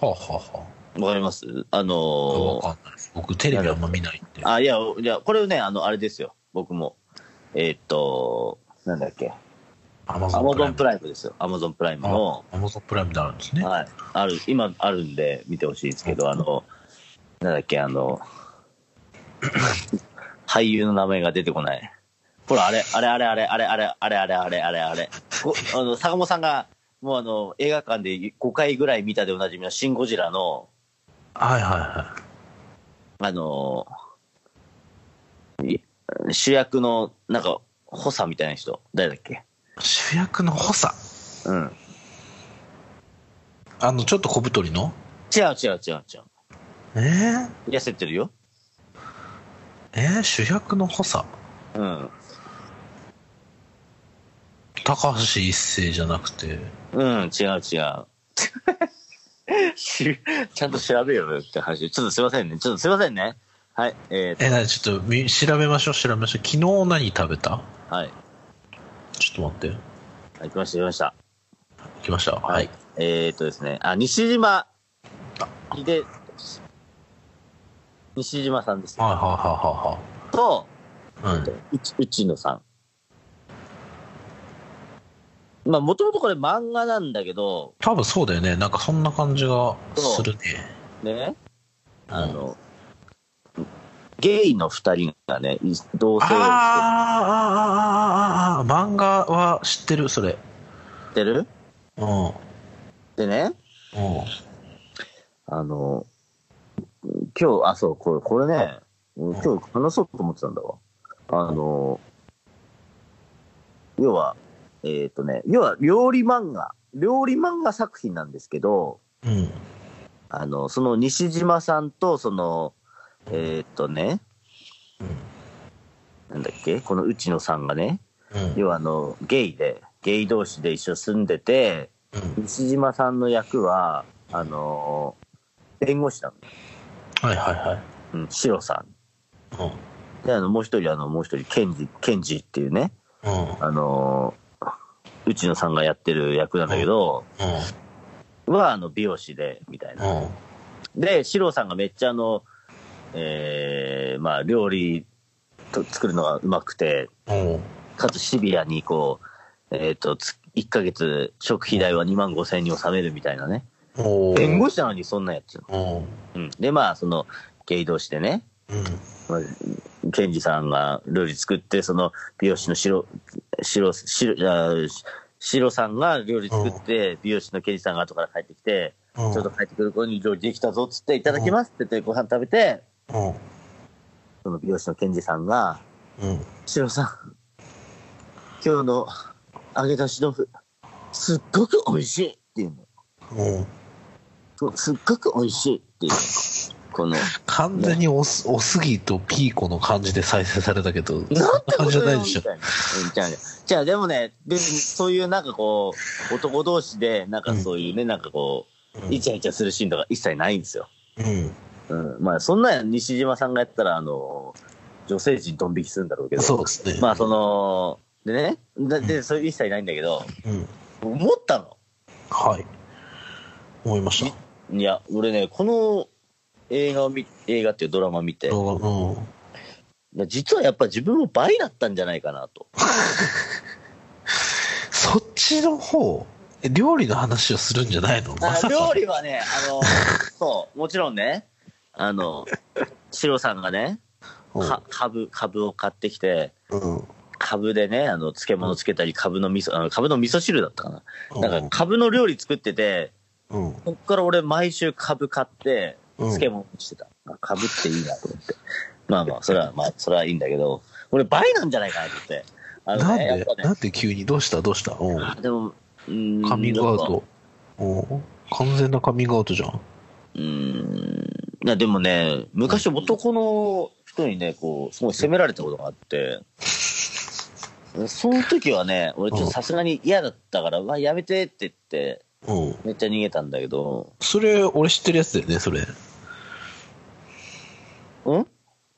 Speaker 2: あ、はあは
Speaker 3: が。わかりますあ
Speaker 2: あ、わ
Speaker 3: の
Speaker 2: かんないです。僕、テレビあんま見ないんで。
Speaker 3: あ、いや、いや、これね、あの、あれですよ。僕も。えーっと、なんだっけ。
Speaker 2: アマ
Speaker 3: アマゾンプ
Speaker 2: ライ
Speaker 3: ライムですよ。アマゾンプライムの、
Speaker 2: ム。アマゾンプライムであるんですね。
Speaker 3: はい。ある、今あるんで見てほしいんですけど、あの、なんだっけ、あの、 俳優の名前が出てこない。ほら、あれ、あれ、あれ、あれ、あれ、あれ、あれ、あれ、あれ、あれ、あれ。ごあの、坂本さんが、もうあの、映画館で5回ぐらい見たでおなじみのシン・ゴジラの、
Speaker 2: はい、はい、は
Speaker 3: あのい主役の、なんか、補佐みたいな人、誰だっけ
Speaker 2: い。主役の補佐。
Speaker 3: うん。
Speaker 2: あの、ちょっと小太りの
Speaker 3: 違う違う違う違う。
Speaker 2: えー、
Speaker 3: 痩せてるよ。
Speaker 2: えー、主役の補佐
Speaker 3: うん。
Speaker 2: 高橋一生じゃなくて、
Speaker 3: うん、違う 違う。しちゃんと調べようよって話。ちょっとすいませんね。ちょっとすいませんね。はい。えー
Speaker 2: え、なにちょっとみ調べましょう、調べましょう。昨日何食べた
Speaker 3: はい。
Speaker 2: ちょっと待って。
Speaker 3: はい、来ました、来ました。
Speaker 2: 来ました。はい。
Speaker 3: ええーっとですね、あ、西島秀、西島さんです。
Speaker 2: はいは
Speaker 3: と、
Speaker 2: いはいはいはいう
Speaker 3: ち内野さん。まあ、もともとこれ漫画なんだけど、
Speaker 2: 多分そうだよねなんかそんな感じがするね
Speaker 3: ね、あの、ゲイの二人がね、い同
Speaker 2: あー
Speaker 3: 性
Speaker 2: あーあーあー
Speaker 3: を知
Speaker 2: あーあー漫画は知ってるそれ
Speaker 3: ってる
Speaker 2: うんうん
Speaker 3: でね、あの、今日、あ、そう、これ、これね、今日話そうと思ってたんだわ。あの、要は、えっ、とね、要は料理漫画、料理漫画作品なんですけど、
Speaker 2: うん
Speaker 3: あの、その西島さんと、その、えーっとね、なんだっけ、この内野さんがね、
Speaker 2: うん
Speaker 3: 要はあの、ゲイで、ゲイ同士で一緒住んでて、
Speaker 2: うん
Speaker 3: 西島さんの役は、あの、弁護士なの。
Speaker 2: はいはいはい
Speaker 3: うん、シロさ
Speaker 2: うん
Speaker 3: ん。で、あの、もう一人、あの、もう一人、ケンジ、ケンジっていうね、
Speaker 2: うんうん
Speaker 3: あの、内野さんがやってる役なんだけど、は、あの、美容師で、みたいな。
Speaker 2: うん
Speaker 3: で、シローさんがめっちゃあの、えー、まあ、料理と作るのがうまくて、
Speaker 2: うんうん
Speaker 3: かつシビアにこう、えっ、と、つ1ヶ月食費代は2万5千円に収めるみたいなね。
Speaker 2: おー
Speaker 3: 弁護士なのにそんなんやつ。
Speaker 2: うんうん
Speaker 3: うん。で、まあ、その、ゲイ同士でね、まあ、ケンジさんが料理作って、その、美容師のシロ、シロ、シロ、あーシロさんが料理作って、美容師のケンジさんが後から帰ってきて、
Speaker 2: うん
Speaker 3: ちょっと帰ってくる頃に料理できたぞっつって、いただきますって言ってご飯食べて、
Speaker 2: うん
Speaker 3: その美容師のケンジさんが、
Speaker 2: うん
Speaker 3: シロさん、今日の揚げ出し豆腐、すっごく美味しいって言うの
Speaker 2: うん
Speaker 3: そう。すっごく美味しいって言うの。この、
Speaker 2: 完全におすおすぎとピーコの感じで再生されたけど、そんな
Speaker 3: なんて
Speaker 2: 感
Speaker 3: こ
Speaker 2: じじゃ
Speaker 3: と
Speaker 2: ない
Speaker 3: よ
Speaker 2: でし
Speaker 3: み
Speaker 2: ょ。
Speaker 3: たいな。うんじゃあね、じゃあでもね、別にそういうなんかこう、男同士で、なんかそういうね、なんかこう、イチャイチャするシーンとか一切ないんですよ。
Speaker 2: うん。
Speaker 3: うん。まあ、そんなん西島さんがやったら、あの、女性陣ドン引きするんだろうけど。
Speaker 2: そうですね。
Speaker 3: まあ、その、でね、だで、そういう一切ないんだけど、
Speaker 2: うん。
Speaker 3: 思ったの。
Speaker 2: はい。思いまし
Speaker 3: いや、俺ね、この映画を見、映画っていうドラマ見
Speaker 2: た。
Speaker 3: て、い
Speaker 2: 動画、うん。
Speaker 3: や実はやっぱ自分も倍だったんじゃないかなと。
Speaker 2: そっちの方、え料理の話をするんじゃないのま
Speaker 3: あ
Speaker 2: さか。
Speaker 3: 料理はね、あの、そう、もちろんね、あの、シロさんがね、
Speaker 2: うん
Speaker 3: か株、株を買ってきて、
Speaker 2: うん。うん
Speaker 3: 株でね、あの、漬物つけたり、株の味噌、あの株の味噌汁だったかな。なんか株の料理作ってて、
Speaker 2: うん。
Speaker 3: こっから俺毎週株買って、
Speaker 2: うん
Speaker 3: 漬物にしてた。あ株っていいなと思って。まあまあ、それは、まあ、それはいいんだけど、俺倍なんじゃないかなと思って。あ
Speaker 2: な
Speaker 3: の
Speaker 2: ん
Speaker 3: ね、やっ
Speaker 2: で、
Speaker 3: ぱね
Speaker 2: な、んで急にどうしたどうしたうん。
Speaker 3: でも、うーん
Speaker 2: カミングアウ。
Speaker 3: なんか
Speaker 2: ト。うん。完全なカミングアウトじゃん。
Speaker 3: うーん。いや、でもね、昔男の人にね、こう、すごい責められたことがあって、その時はね、俺ちょっとさすがに嫌だったから、うわ、やめてって言って、
Speaker 2: うん。
Speaker 3: めっちゃ逃げたんだけど、
Speaker 2: それ、俺知ってるやつだよね、それ。
Speaker 3: ん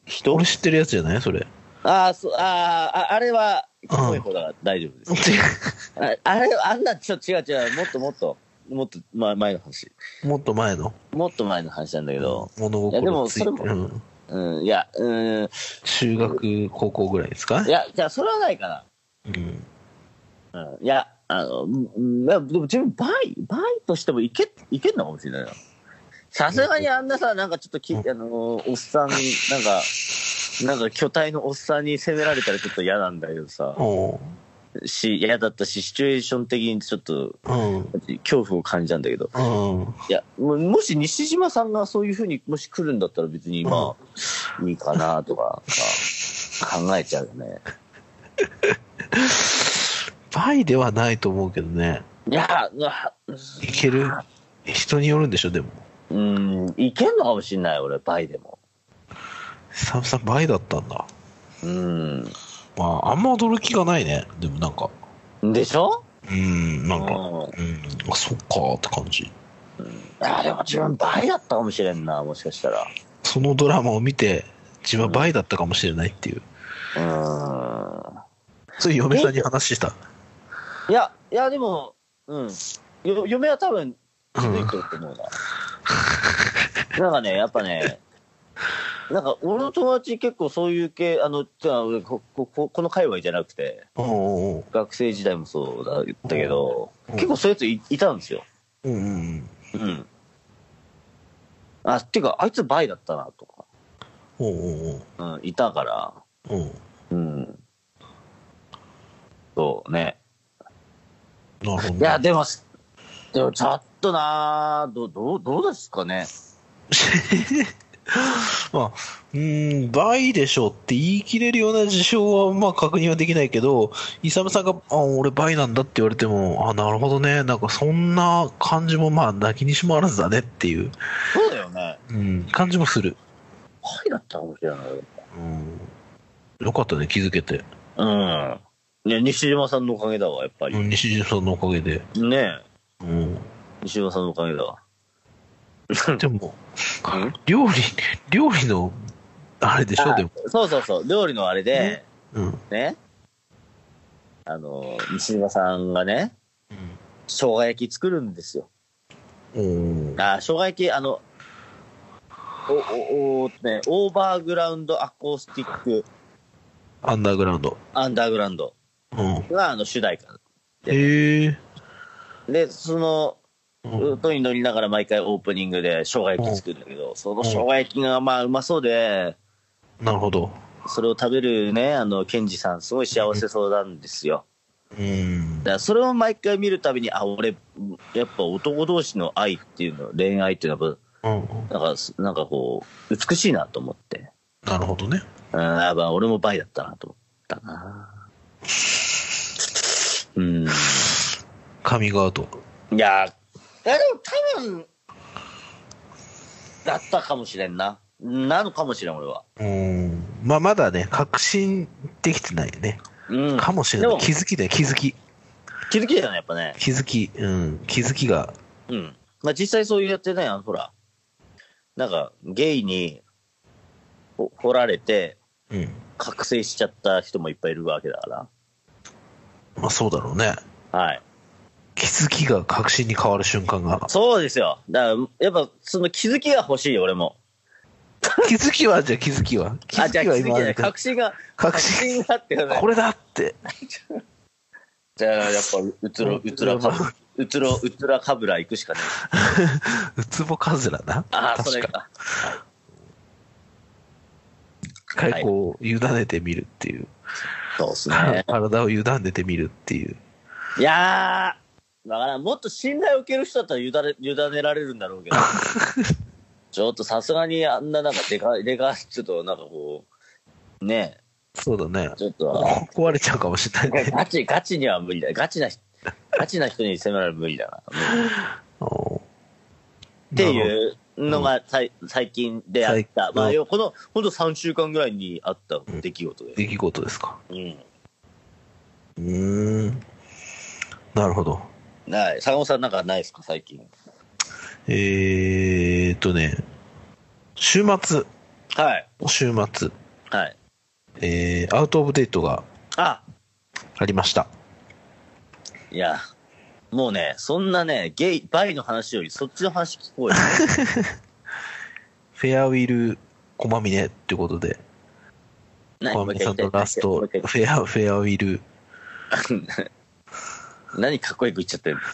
Speaker 3: 人
Speaker 2: 俺知ってるやつじゃないそ れ。
Speaker 3: ああ、そう、あーあ、あれは、
Speaker 2: うん
Speaker 3: 濃い方だから大丈夫です。ああれ、あんな、ちょ、違う違う、もっともっと、もっと、ま、前の話。
Speaker 2: もっと前の。
Speaker 3: もっと前の話なんだけど、
Speaker 2: 物
Speaker 3: いやで
Speaker 2: 心
Speaker 3: も
Speaker 2: ついて。
Speaker 3: それも
Speaker 2: うん
Speaker 3: うん、いや、うん、
Speaker 2: 中学、高校ぐらいですか
Speaker 3: いや、じゃあ、それはないかな。
Speaker 2: うん。
Speaker 3: いや、あの、うんでも自分、バイ、バイとしてもいけ、いけんのかもしれないな。さすがにあんなさ、なんかちょっとき、あの、おっさん、なんか、なんか巨体のおっさんに責められたらちょっと嫌なんだけどさ、
Speaker 2: おう
Speaker 3: し、嫌だったし、シチュエーション的にちょっと、
Speaker 2: うん。
Speaker 3: 恐怖を感じたんだけど、
Speaker 2: うん。
Speaker 3: いや、もうもし西島さんがそういうふうに、もし来るんだったら別に、まあ、いいかなとか、さ考えちゃうよね。
Speaker 2: バイではないと思うけどね。
Speaker 3: いや、うわ
Speaker 2: いける人によるんでしょ、でも。
Speaker 3: うん、いけんのかもしれない、俺、バイでも。
Speaker 2: 久々バイだったんだ。
Speaker 3: うん。
Speaker 2: まあ、あんま驚きがないね。でもなんか、
Speaker 3: でしょ
Speaker 2: うん、なんか、
Speaker 3: う
Speaker 2: うん、あ、そっかーって感じ。
Speaker 3: ん。ああ、でも自分倍だったかもしれんな、もしかしたら。
Speaker 2: そのドラマを見て、自分はバイだったかもしれないっていう。
Speaker 3: うーん。
Speaker 2: そういう嫁さんに話した。
Speaker 3: いや、いや、でも、うん。よ嫁は多分気づいてると思うな。なんかね、やっぱね、なんか俺の友達結構そういう系、あの、じゃあ俺ここここの界隈じゃなくて、
Speaker 2: おおお
Speaker 3: 学生時代もそうだったけど、
Speaker 2: うん
Speaker 3: 結構そういうやついいたんですよ。
Speaker 2: うんうん
Speaker 3: うん。あ、っていうか、あいつバイだったなとか、
Speaker 2: おお
Speaker 3: うん、いたから、
Speaker 2: おお
Speaker 3: うん。そうね。
Speaker 2: なるほど
Speaker 3: いや、でも、でもちょっとなどどう、どうですかね。
Speaker 2: まあ、うーん、倍でしょって言い切れるような事象は、まあ、確認はできないけど、イサムさんが、あ、俺倍なんだって言われても、あ、なるほどね。なんか、そんな感じも、まあ、泣きにしもあらずだねっていう、
Speaker 3: そうだよね。
Speaker 2: うん、感じもする。
Speaker 3: バイだったかもしれない。
Speaker 2: うん。よかったね、気づけて。
Speaker 3: うん。ね、西島さんのおかげだわ、やっぱり。
Speaker 2: うん西島さんのおかげで。
Speaker 3: ね
Speaker 2: うん。
Speaker 3: 西島さんのおかげだわ。
Speaker 2: でも
Speaker 3: うん、
Speaker 2: 料理、料理の、あれでしょ、でも。
Speaker 3: そうそうそう、料理のあれで、
Speaker 2: うん。
Speaker 3: ね。あの、西島さんがね、生姜焼き作るんですよ。
Speaker 2: うん。おー
Speaker 3: あ、生姜焼き、あの、お、お、お、ね、オーバーグラウンドアコースティック
Speaker 2: アンダーグラウンド。
Speaker 3: アンダーグラウンド
Speaker 2: うん。
Speaker 3: が、あの、主題歌。
Speaker 2: へえ。
Speaker 3: で、その、
Speaker 2: うん
Speaker 3: 音に乗りながら毎回オープニングで生姜焼き作るんだけど、その生姜焼きがまあうまそうで、
Speaker 2: なるほど。
Speaker 3: それを食べるね、あの、ケンジさん、すごい幸せそうなんですよ。
Speaker 2: うん
Speaker 3: だ。からそれを毎回見るたびに、あ、俺、やっぱ男同士の愛っていうの、恋愛っていうのは、
Speaker 2: うん。
Speaker 3: なんか、なんかこう、美しいなと思って。
Speaker 2: なるほどね。
Speaker 3: うん、やっぱ俺もバイだったなと思ったな。うん。
Speaker 2: カミングアウト。
Speaker 3: いや、いやでも多分、だったかもしれんな。なのかもしれん、俺は。
Speaker 2: うん。まあ、まだね、確信できてないよね。
Speaker 3: うん。
Speaker 2: かもしれな
Speaker 3: で
Speaker 2: い。
Speaker 3: も
Speaker 2: 気づきだよ、気づき。
Speaker 3: 気づきだよね、やっぱね。
Speaker 2: 気づき。うん。気づきが。
Speaker 3: うん。まあ実際そういうやってね、あの、ほら、なんか、ゲイに、ほ、掘られて、
Speaker 2: うん。
Speaker 3: 覚醒しちゃった人もいっぱいいるわけだか
Speaker 2: まあ、そうだろうね。
Speaker 3: ら。はい。
Speaker 2: 気づきが確信に変わる瞬間 が。
Speaker 3: そうですよ。だから、やっぱ、その気づきが欲しいよ、俺も。
Speaker 2: 気づきは、じゃあ気づきは。気
Speaker 3: あ、
Speaker 2: づ
Speaker 3: じゃあ
Speaker 2: き
Speaker 3: 気
Speaker 2: は
Speaker 3: づき
Speaker 2: 今あ
Speaker 3: じゃな
Speaker 2: る
Speaker 3: い。
Speaker 2: けど
Speaker 3: 確信が、
Speaker 2: 確
Speaker 3: 確
Speaker 2: 信。
Speaker 3: 信があってね。
Speaker 2: これだって。
Speaker 3: じゃあ、やっぱ、うつろ、うつろかぶ、うつろ、うつらかぶら行くしかねえ。
Speaker 2: ウツボカズラな。
Speaker 3: ああ、そ
Speaker 2: 確
Speaker 3: れ
Speaker 2: か。
Speaker 3: か。
Speaker 2: 一回こう、委ねてみるっていう。
Speaker 3: そうですね。
Speaker 2: 体を委ねてみるっていう。
Speaker 3: いやー、だからんもっと信頼を受ける人だったら委ね 委ねられるんだろ うけど、ちょっとさすがにあんななんかでかい、でかい、ちょっとなんかこう、ね
Speaker 2: そうだね
Speaker 3: え、。ちょっと、
Speaker 2: 壊れちゃうかもしれないね。
Speaker 3: ガチ、ガチには無理だ。ガチな人、ガチな人に責められる無理だな。 っ
Speaker 2: おー
Speaker 3: ていうのがさい最近であった。
Speaker 2: 最近
Speaker 3: まあ、要はこの、ほんと3週間ぐらいにあった出来事で。
Speaker 2: 出来事ですか。
Speaker 3: うん。
Speaker 2: うーん。なるほど。
Speaker 3: ない。坂本さんなんかないですか、最近。
Speaker 2: えーっとね、週末、
Speaker 3: はい。
Speaker 2: 週末、
Speaker 3: はい。
Speaker 2: えー、アウトオブデートが
Speaker 3: あ、
Speaker 2: ありました。
Speaker 3: いや、もうね、そんなね、ゲイ、バイの話よりそっちの話聞 こうよ。
Speaker 2: フェアウィル駒峰ってことで、
Speaker 3: 何
Speaker 2: 駒
Speaker 3: もう一
Speaker 2: 峰
Speaker 3: 回
Speaker 2: さんのラスト、
Speaker 3: も
Speaker 2: フ
Speaker 3: う一回
Speaker 2: ェア、フェアウィル、
Speaker 3: 何かっこよく言っちゃってるフ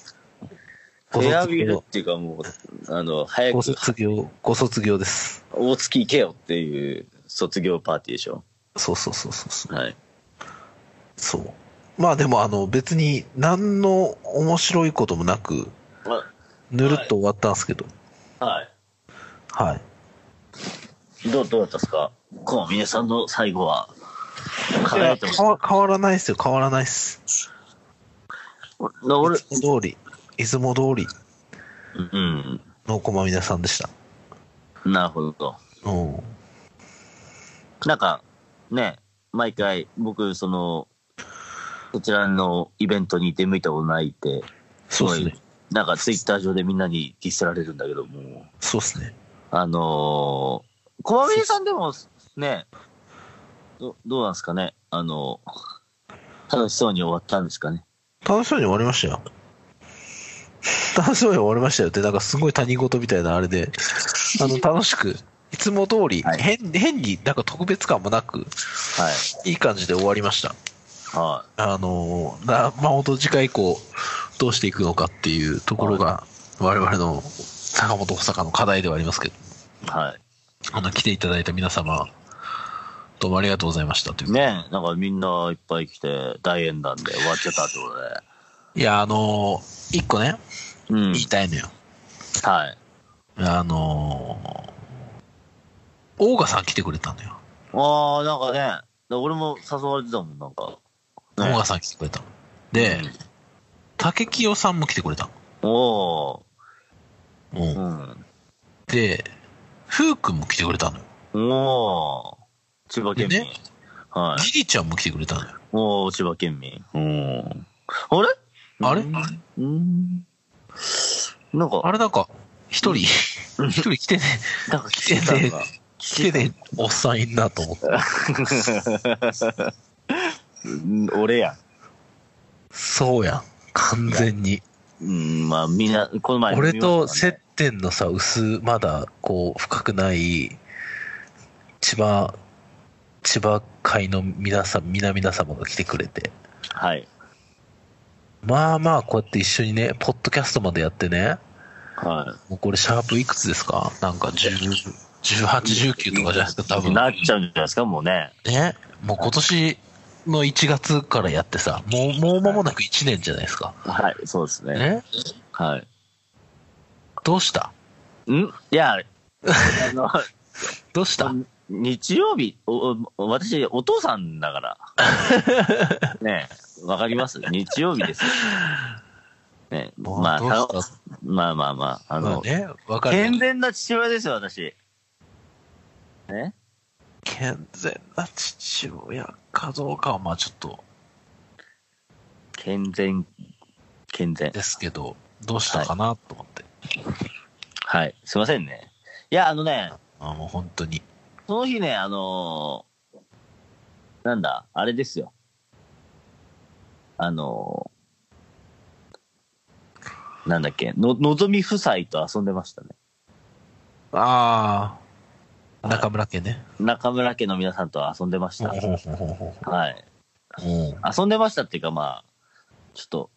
Speaker 2: ご
Speaker 3: ェアウ
Speaker 2: 卒
Speaker 3: ィル
Speaker 2: 業
Speaker 3: っ、ていうかもう、あの、早
Speaker 2: ご
Speaker 3: く
Speaker 2: 卒業、ご卒業です。
Speaker 3: 大月行けよっていう卒業パーティーでしょ。
Speaker 2: そうそうそうそうそう。
Speaker 3: はい。
Speaker 2: そう。まあでもあの別に何の面白いこともなく、ぬるっと終わったんですけど、
Speaker 3: は
Speaker 2: はい。
Speaker 3: い。どう、どうだったですかコウミネさんの最後は。
Speaker 2: い
Speaker 3: 輝
Speaker 2: や
Speaker 3: いてまし
Speaker 2: 変わ変わらないですよ、変わらないです。
Speaker 3: た。俺、
Speaker 2: いつも通り、いつも通り
Speaker 3: うん。
Speaker 2: の駒皆さんでした。
Speaker 3: なるほど。
Speaker 2: うん。
Speaker 3: なんか、ね、毎回、僕、その、こちらのイベントに出向いたことないって、
Speaker 2: そうです
Speaker 3: すご
Speaker 2: ね
Speaker 3: い。なんかツイッター上でみんなにディスられるんだけども、
Speaker 2: そうですね。
Speaker 3: あのー、小まめさんでもね、どどうなんですかね、あの楽しそうに終わったんですかね。
Speaker 2: 楽しそうに終わりましたよ。ターンスマイル終わりましたよって、なんかすごい他人事みたいなあれで、あの、楽しく、いつも通り、
Speaker 3: はい
Speaker 2: 変、変になんか特別感もなく、
Speaker 3: はい。
Speaker 2: いい感じで終わりました。
Speaker 3: は
Speaker 2: あのー、な、まあ、本当次回以降、どうしていくのかっていうところが、我々の坂本保坂の課題ではありますけど、
Speaker 3: い。は
Speaker 2: あの、来ていただいた皆様、どうもありがとうございましたという
Speaker 3: い。ねえ、なんかみんないっぱい来て、大演談で終わっちゃったってこと
Speaker 2: い
Speaker 3: で。
Speaker 2: や、あのー一個ね、
Speaker 3: うん。
Speaker 2: 言いたいのよ。
Speaker 3: はい。
Speaker 2: あのー、オーガさん来てくれたのよ。
Speaker 3: ああ、なんかね、だから俺も誘われてたもん、なんか。
Speaker 2: オ
Speaker 3: ね
Speaker 2: ーガさん来てくれたの。で、竹清さんも来てくれた
Speaker 3: お
Speaker 2: の。う
Speaker 3: ー。
Speaker 2: ん
Speaker 3: うん。
Speaker 2: で、ふうくんも来てくれたのよ。
Speaker 3: おー。千葉県民。
Speaker 2: ね
Speaker 3: はい。
Speaker 2: ギリちゃんも来てくれたのよ。
Speaker 3: おー、千葉県民。うん。あれ
Speaker 2: あれ
Speaker 3: うん。なんか、
Speaker 2: あれなんか、一人、一人来てね、
Speaker 3: なんか
Speaker 2: 来
Speaker 3: 来て
Speaker 2: て
Speaker 3: た
Speaker 2: ね
Speaker 3: んだ。、
Speaker 2: 来てね、おっさんいんなと思って。
Speaker 3: うん 俺や。
Speaker 2: そうやん。完全に。
Speaker 3: うん、まあみんな、この前
Speaker 2: 俺と
Speaker 3: セッ
Speaker 2: 接点のさ、薄、まだ、こう、深くない、千葉、千葉会の皆さん、皆々様が来てくれて。
Speaker 3: はい。
Speaker 2: まあまあ、こうやって一緒にね、ポッドキャストまでやってね、
Speaker 3: は
Speaker 2: もうこれ、シャープいくつですかなんか、10 18、19とかじゃないですか、多
Speaker 3: い。
Speaker 2: 分。
Speaker 3: なっちゃうんじゃないですか、もうね。
Speaker 2: ね、もう今年の1月からやってさ、もう、もう間もなく1年じゃないですか。
Speaker 3: はい、そうですね。
Speaker 2: ね、
Speaker 3: は
Speaker 2: どうした
Speaker 3: い。んいや、あの、
Speaker 2: どうした
Speaker 3: 日曜日、おお私、お父さんだ から。ねえわかります日曜日です。ねえまあ、
Speaker 2: どうした
Speaker 3: たまあまあまあ、あ
Speaker 2: まあ
Speaker 3: の、
Speaker 2: ね、わかるよ
Speaker 3: 健。全な父親ですよ、私。ね
Speaker 2: 健全な父親かどうかは、まあちょっと
Speaker 3: 健全、健全。
Speaker 2: ですけど、どうしたかなと思って。
Speaker 3: はい。すいませんね。いや、あのね、
Speaker 2: あもう本当に。
Speaker 3: その日ね、あのーなんだ、あれですよ。あのーなんだっけ、の、のぞみ夫妻と遊んでましたね。
Speaker 2: ああ、中村家ね。
Speaker 3: 中村家の皆さんと遊んでまし
Speaker 2: ほ
Speaker 3: た
Speaker 2: う。ほうほうほうほ
Speaker 3: はい。
Speaker 2: ううん
Speaker 3: 遊んでましたっていうか、まあ、ちょっと、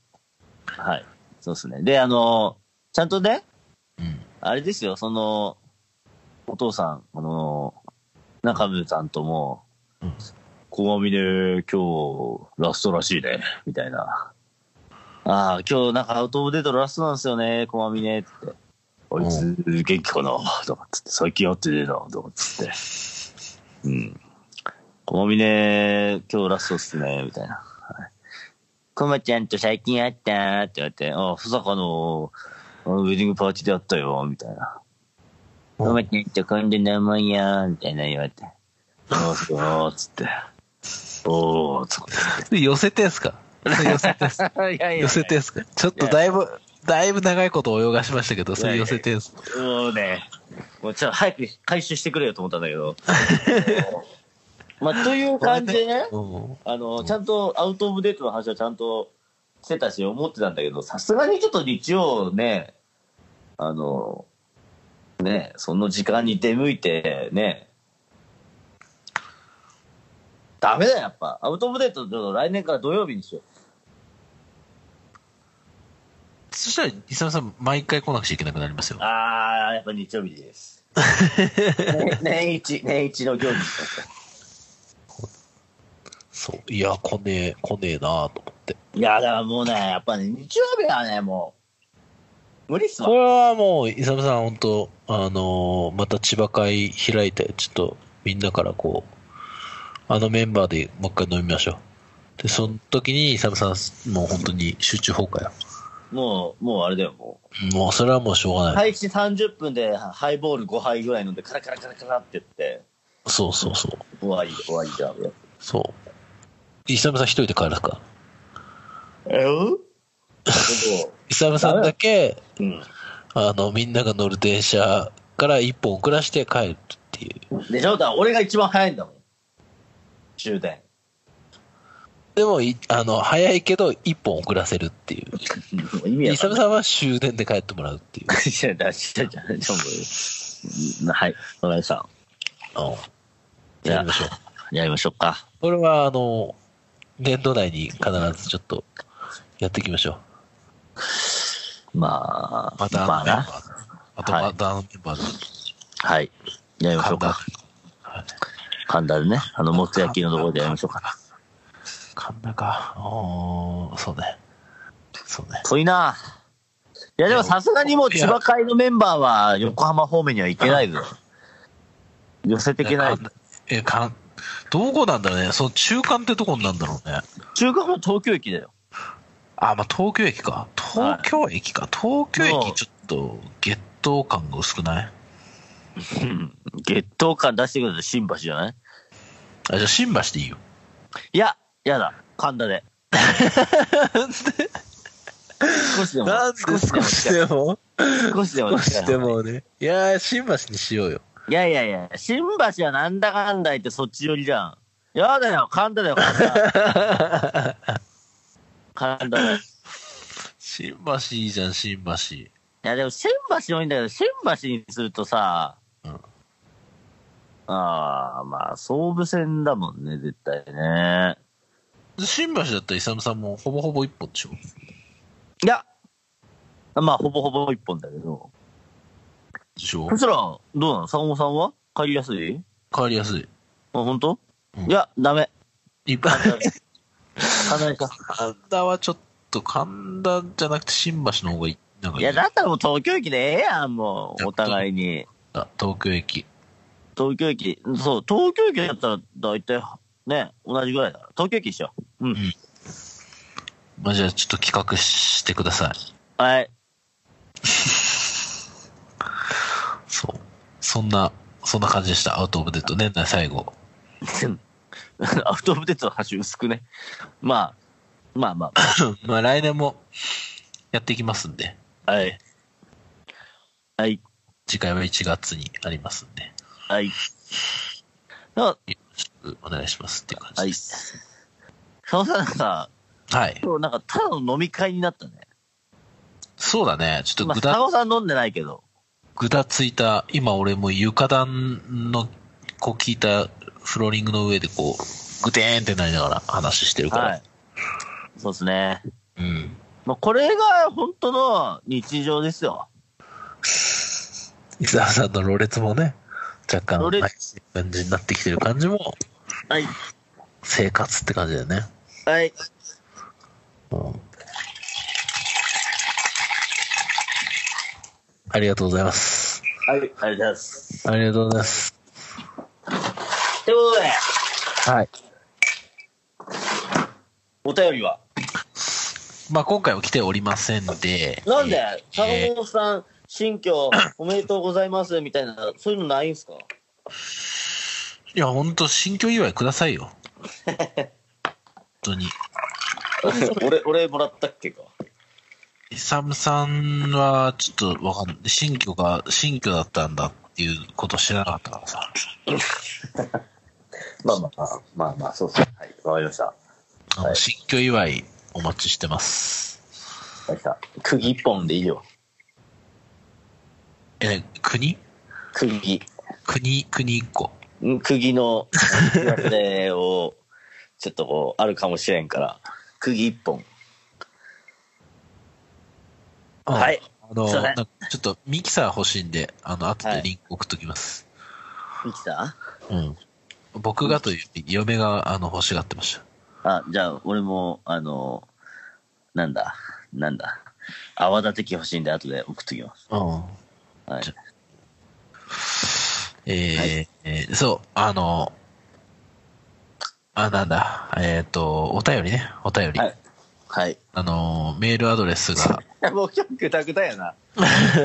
Speaker 3: はい。そうですね。で、あのーちゃんとね、
Speaker 2: うん
Speaker 3: あれですよ、その、お父さん、あのー中村さんとも、
Speaker 2: うん
Speaker 3: 小網で今日、ラストらしいね、みたいな。ああ、今日なんかアウトオブデートラストなんですよね、小網ね、って。あいつ、元気かなとかっつって、最近会ってねえな、とかっつって。うん。小網ね、今日ラストっすね、みたいな。はいコマちゃんと最近会ったって言われて、ああ、ふさかの、あのウェディングパーティーで会ったよ、みたいな。
Speaker 2: うん
Speaker 3: マちゃんと今度名前や、みたいな言われて。そうそう、つって。おお、つって。
Speaker 2: で寄せてんすか寄せてんすか
Speaker 3: いや い
Speaker 2: 寄せてんすかちょっとだいぶ、だいぶ長いこと泳がしましたけど、それ寄せてんすか
Speaker 3: もうね、もうちょっと早く回収してくれよと思ったんだ けど。まあ、という感じでね、
Speaker 2: うん
Speaker 3: あの、ちゃんとアウトオブデートの話はちゃんとしてたし、思ってたんだけど、さすがにちょっと日曜ね、あの、ね、その時間に出向いて、ね、ダメだよ、やっぱ。アウトオブデート、ちょっと来年から土曜日にしよう。
Speaker 2: そしたら、イサムさん、毎回来なくちゃいけなくなりますよ。
Speaker 3: あー、やっぱ日曜日です。ね年一、年一の行事です
Speaker 2: そう。いや、来ねえ、来ねえなあと思って。
Speaker 3: いや、だからもうね、やっぱね、日曜日はね、もう、無理っす
Speaker 2: こ
Speaker 3: わ。
Speaker 2: れはもう、イサムさん、本当あのーまた千葉会開いて、ちょっと、みんなからこう、あのメンバーでもう一回飲みましょう。で、その時に、イサムさん、もう本当に集中崩壊よ。
Speaker 3: もう、もうあれだよ、も
Speaker 2: もう、それはもうしょうが
Speaker 3: う。
Speaker 2: ない。
Speaker 3: 開始30分でハイボール5杯ぐらい飲んで、カラカラカラカラって言って、
Speaker 2: そうそうそう。
Speaker 3: 終わり、終わりじゃん。
Speaker 2: そう。イサムさん一人で帰るか。
Speaker 3: えう
Speaker 2: イサムさんだけ、
Speaker 3: うん。
Speaker 2: あの、みんなが乗る電車から一本遅らして帰るっていう。
Speaker 3: で、翔太、俺が一番早いんだもん。終電。
Speaker 4: でもい、あの、早いけど、一本遅らせるっていう。
Speaker 3: もう意味
Speaker 4: イ
Speaker 3: わか
Speaker 4: サ
Speaker 3: ん
Speaker 4: ム
Speaker 3: ない
Speaker 4: さんは終電で帰ってもらうっていう。
Speaker 3: いや出しちゃうじゃん。ちょんぼうんはい、わかりました。
Speaker 4: うん。
Speaker 3: じゃあ
Speaker 4: やりましょう。
Speaker 3: やりましょうか。
Speaker 4: これは、あの、年度内に必ずちょっと、やっていきましょう。
Speaker 3: まあ、
Speaker 2: またあの
Speaker 3: ま
Speaker 2: メ
Speaker 3: あ
Speaker 2: ンバ
Speaker 3: な。
Speaker 2: ーで。また
Speaker 3: はい
Speaker 2: またあのメンバーで。
Speaker 3: はい。やりましょうか。
Speaker 4: はい
Speaker 3: 神田でね、あの、もつ焼きのところでやりましょうか。
Speaker 4: 神田か。ああ、そうね。そうね。
Speaker 3: 遠いな。いや、でもさすがにもう千葉会のメンバーは横浜方面には行けない ぞ。寄せていけない。
Speaker 2: え、かん、どこなんだろうね。その中間ってとこになんだろうね。
Speaker 3: 中華も東京駅だよ。
Speaker 2: あ、まあ、東京駅か。東京駅か。東京
Speaker 3: もう
Speaker 2: 駅ちょっと、ゲット感が薄くない
Speaker 3: 月頭感出してくれた新橋じゃない
Speaker 2: あ、じゃあ新橋でいいよ。
Speaker 3: いや、やだ。神田 で。少しでも、少しでも近い、
Speaker 4: でも
Speaker 3: 少しでも近い、
Speaker 4: もね。いやー、新橋にしようよ。
Speaker 3: いやいやいや、新橋はなんだかんだ言ってそっち寄りじゃん。やだよ、神田だよ、 神田。神田だよ。
Speaker 2: 新橋いいじゃん、新橋。
Speaker 3: いや、でも、新橋もいいんだけど、新橋にするとさ、
Speaker 2: うん
Speaker 3: ああ、まあ、総武線だもんね、絶対ね。
Speaker 2: 新橋だったら、イサムさんもほぼほぼ一本でしょ。
Speaker 3: いや、まあ、ほぼほぼ一本だけど。
Speaker 2: でしょ
Speaker 3: そしたら、どうなの坂本さんは帰りやすい
Speaker 2: 変わりやすい。
Speaker 3: あ、本当、
Speaker 2: うん
Speaker 3: いや、ダメ。
Speaker 2: いっぱい。
Speaker 3: 神田か。
Speaker 2: 神田はちょっと、神田じゃなくて新橋の方がいい。なんか
Speaker 3: い
Speaker 2: いい
Speaker 3: や、だったらもう東京駅でええやん、もう。お互いに。
Speaker 2: あ東京駅。
Speaker 3: 東京駅、そう、東京駅だったら大体、ね、同じぐらいだから。東京駅一緒。
Speaker 2: まあ、じゃあちょっと企画してください。
Speaker 3: はい。
Speaker 2: そう。そんな、そんな感じでした。アウトオブデッド。年内最後。
Speaker 3: アウトオブデッドの端薄くね。まあ、まあま
Speaker 2: まあ来年もやっていきますんで、
Speaker 3: あ。はい。はい。
Speaker 2: 次回は1月にありますんで、
Speaker 3: はい。あ
Speaker 2: よろしくお願いしますっていう感
Speaker 3: は
Speaker 2: じ
Speaker 3: い。
Speaker 2: です。
Speaker 3: 佐野さんさ、
Speaker 2: はい。
Speaker 3: 今日なんかただの飲み会になったね。
Speaker 2: そうだね。ちょっ
Speaker 3: ま
Speaker 2: と
Speaker 3: あ、
Speaker 2: ぐだ、
Speaker 3: 佐野さん飲んでないけど。
Speaker 2: ぐだついた、今俺も床暖の、こう聞いたフローリングの上でこう、ぐてーんってなりながら話してるから。
Speaker 3: はい。そうですね。
Speaker 2: うん。
Speaker 3: まあ、これが本当の日常ですよ。
Speaker 2: 伊沢さんのろれつもね、若干、
Speaker 3: ろれつ
Speaker 2: はい感じになってきてる感じも、
Speaker 3: はい。
Speaker 2: 生活って感じだよね。
Speaker 3: はい。
Speaker 2: うんありがとうございます。
Speaker 3: はい。ありがとうございます。
Speaker 2: ありがとうございます。
Speaker 3: ということで、
Speaker 2: はい。
Speaker 3: お便りは
Speaker 2: まあ今回は来ておりませんで。
Speaker 3: なんで
Speaker 2: え、ー
Speaker 3: 坂本さん、新居おめでとうございますみたいな、そういうのないんすか
Speaker 2: いや、ほんと、新居祝いくださいよ。本当に。
Speaker 3: 俺、俺もらったっけか。
Speaker 2: イサムさんは、ちょっとわかんない。新居が、新居だったんだっていうこと知らなかったからさ。
Speaker 3: まあまあ、まあまあ、そうですね。はい、わかりました。わ
Speaker 2: あの
Speaker 3: はい
Speaker 2: 新居祝いお待ちしてます。
Speaker 3: かりました。釘一本でいいよ。
Speaker 2: え、国
Speaker 3: 釘。
Speaker 2: 国、国一個。
Speaker 3: うん釘の、あれを、ちょっとこう、あるかもしれんから、釘一本。はい。
Speaker 2: あの、
Speaker 3: すいませ
Speaker 2: な
Speaker 3: ん
Speaker 2: んかちょっとミキサー欲しいんで、あの、後でリンク送っときます。
Speaker 3: ミキサ
Speaker 2: うん。僕がというより、嫁が、あの、欲しがってました。
Speaker 3: ーあ、じゃあ、俺も、あの、なんだ、なんだ。泡立て器欲しいんで、後で送っときます。
Speaker 2: うん。
Speaker 3: はい。
Speaker 2: えー
Speaker 3: はい
Speaker 2: えーそう、あの、あ、なんだ、えっ、と、お便りね、お便り。
Speaker 3: はいはい。
Speaker 2: あの、メールアドレスが、
Speaker 3: いやもう今日グダグダやな。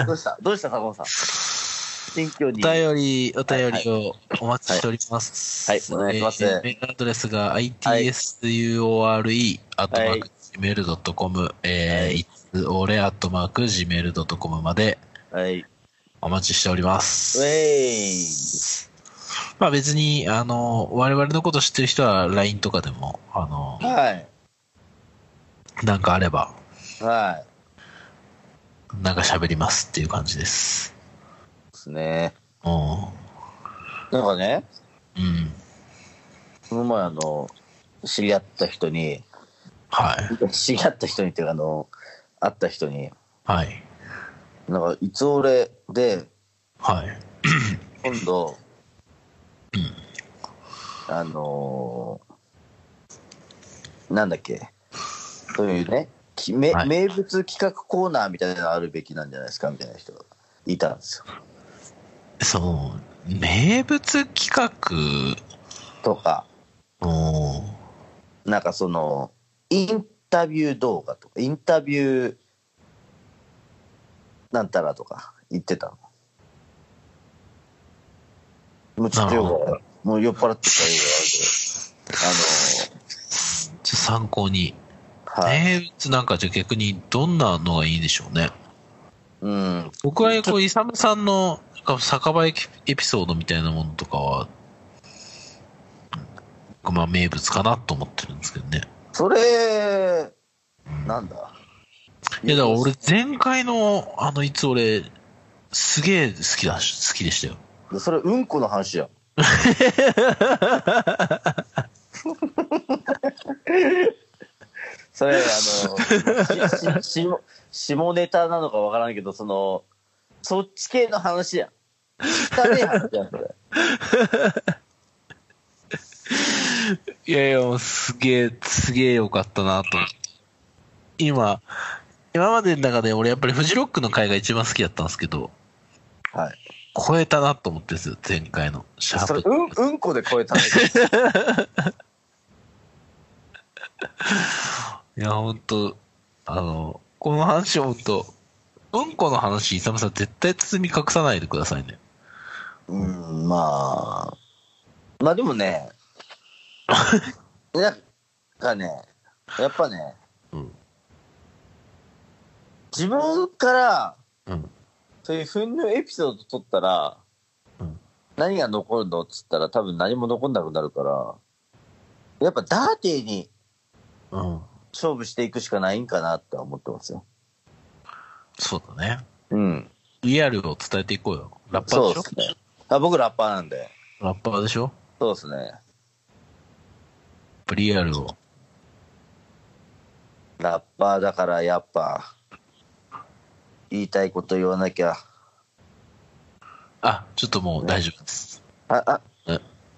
Speaker 3: どうしたどうした、坂本さん。新居
Speaker 2: お
Speaker 3: に。
Speaker 2: 便り、お便りをお待ちしております。
Speaker 3: はいはいお願いします
Speaker 2: えーメールアドレスが itsure、アットマーク、gmail.com、えー、itsore、アットマーク、gmail.com まで
Speaker 3: はい。
Speaker 2: お待ちしております。
Speaker 3: ウェイ
Speaker 2: まあ別に、あの、我々のこと知ってる人は LINE とかでも、あの、
Speaker 3: はい。
Speaker 2: なんかあれば、
Speaker 3: はい。
Speaker 2: なんか喋りますっていう感じです。
Speaker 3: ですね。
Speaker 2: うん。
Speaker 3: なんかね、
Speaker 2: うん。
Speaker 3: この前あの、知り合った人に、
Speaker 2: はい。
Speaker 3: 知り合った人にっていうかあの、会った人に、
Speaker 2: はい。
Speaker 3: なんか、いつ俺で、
Speaker 2: はい。
Speaker 3: 今度、あのーなんだっけ、そういうね、きめ
Speaker 2: はい
Speaker 3: 名物企画コーナーみたいなのあるべきなんじゃないですかみたいな人がいたんですよ。
Speaker 2: そう、名物企画、
Speaker 3: とか、
Speaker 2: うん。
Speaker 3: なんかその、インタビュー動画とか、インタビューなんたらとか言ってたの。もうちょっとよくわかんないもう酔っ払ってたようがあるけど、
Speaker 2: ちょ参考に。
Speaker 3: あのー、はい。
Speaker 2: 名物なんかじゃあ逆にどんなのがいいでしょうね。
Speaker 3: うん、
Speaker 2: 僕はこう、イサムさんのなんか酒場エピソードみたいなものとかは、まあ名物かなと思ってるんですけどね。
Speaker 3: それ、なんだ
Speaker 2: いやだから俺前回のあのいつ俺、すげえ好きだし、好きでしたよ。
Speaker 3: それ、うんこの話やん。それ、あの、ししし下ネタなのかわからんけど、その、そっち系の話やん。汚ねえ話やん、それ。
Speaker 2: いやいや、もうすげえ、すげえよかったなと。今、今までの中で俺やっぱりフジロックの回が一番好きだったんですけど、
Speaker 3: はい。
Speaker 2: 超えたなと思ってるんですよ、前回の。シャ
Speaker 3: それ
Speaker 2: ー、プ。
Speaker 3: うん、うんこで超えたんだ
Speaker 2: いや、ほんと、あの、この話ほんと、うんこの話、イサムさん絶対包み隠さないでくださいね。
Speaker 3: うん、まあ、まあで もね、なんかね、やっぱね、
Speaker 2: うん
Speaker 3: 自分から
Speaker 2: うん。
Speaker 3: そういう憤怒エピソード取ったら、
Speaker 2: うん
Speaker 3: 何が残るのっつったら多分何も残んなくなるから、やっぱダーティーに
Speaker 2: うん。
Speaker 3: 勝負していくしかないんかなって思ってますよ。
Speaker 2: そうだね。
Speaker 3: うん。
Speaker 2: リアルを伝えていこうよ。ラッパー
Speaker 3: そ
Speaker 2: で
Speaker 3: うで
Speaker 2: し
Speaker 3: すね。あ僕ラッパーなんで。
Speaker 2: ょラッパーでしょやっ
Speaker 3: そうですね。
Speaker 2: ぱリアルを。
Speaker 3: ラッパーだからやっぱ、言いたいこと言わなきゃ。
Speaker 2: あ、ちょっともう大丈夫です。
Speaker 3: あ、あ、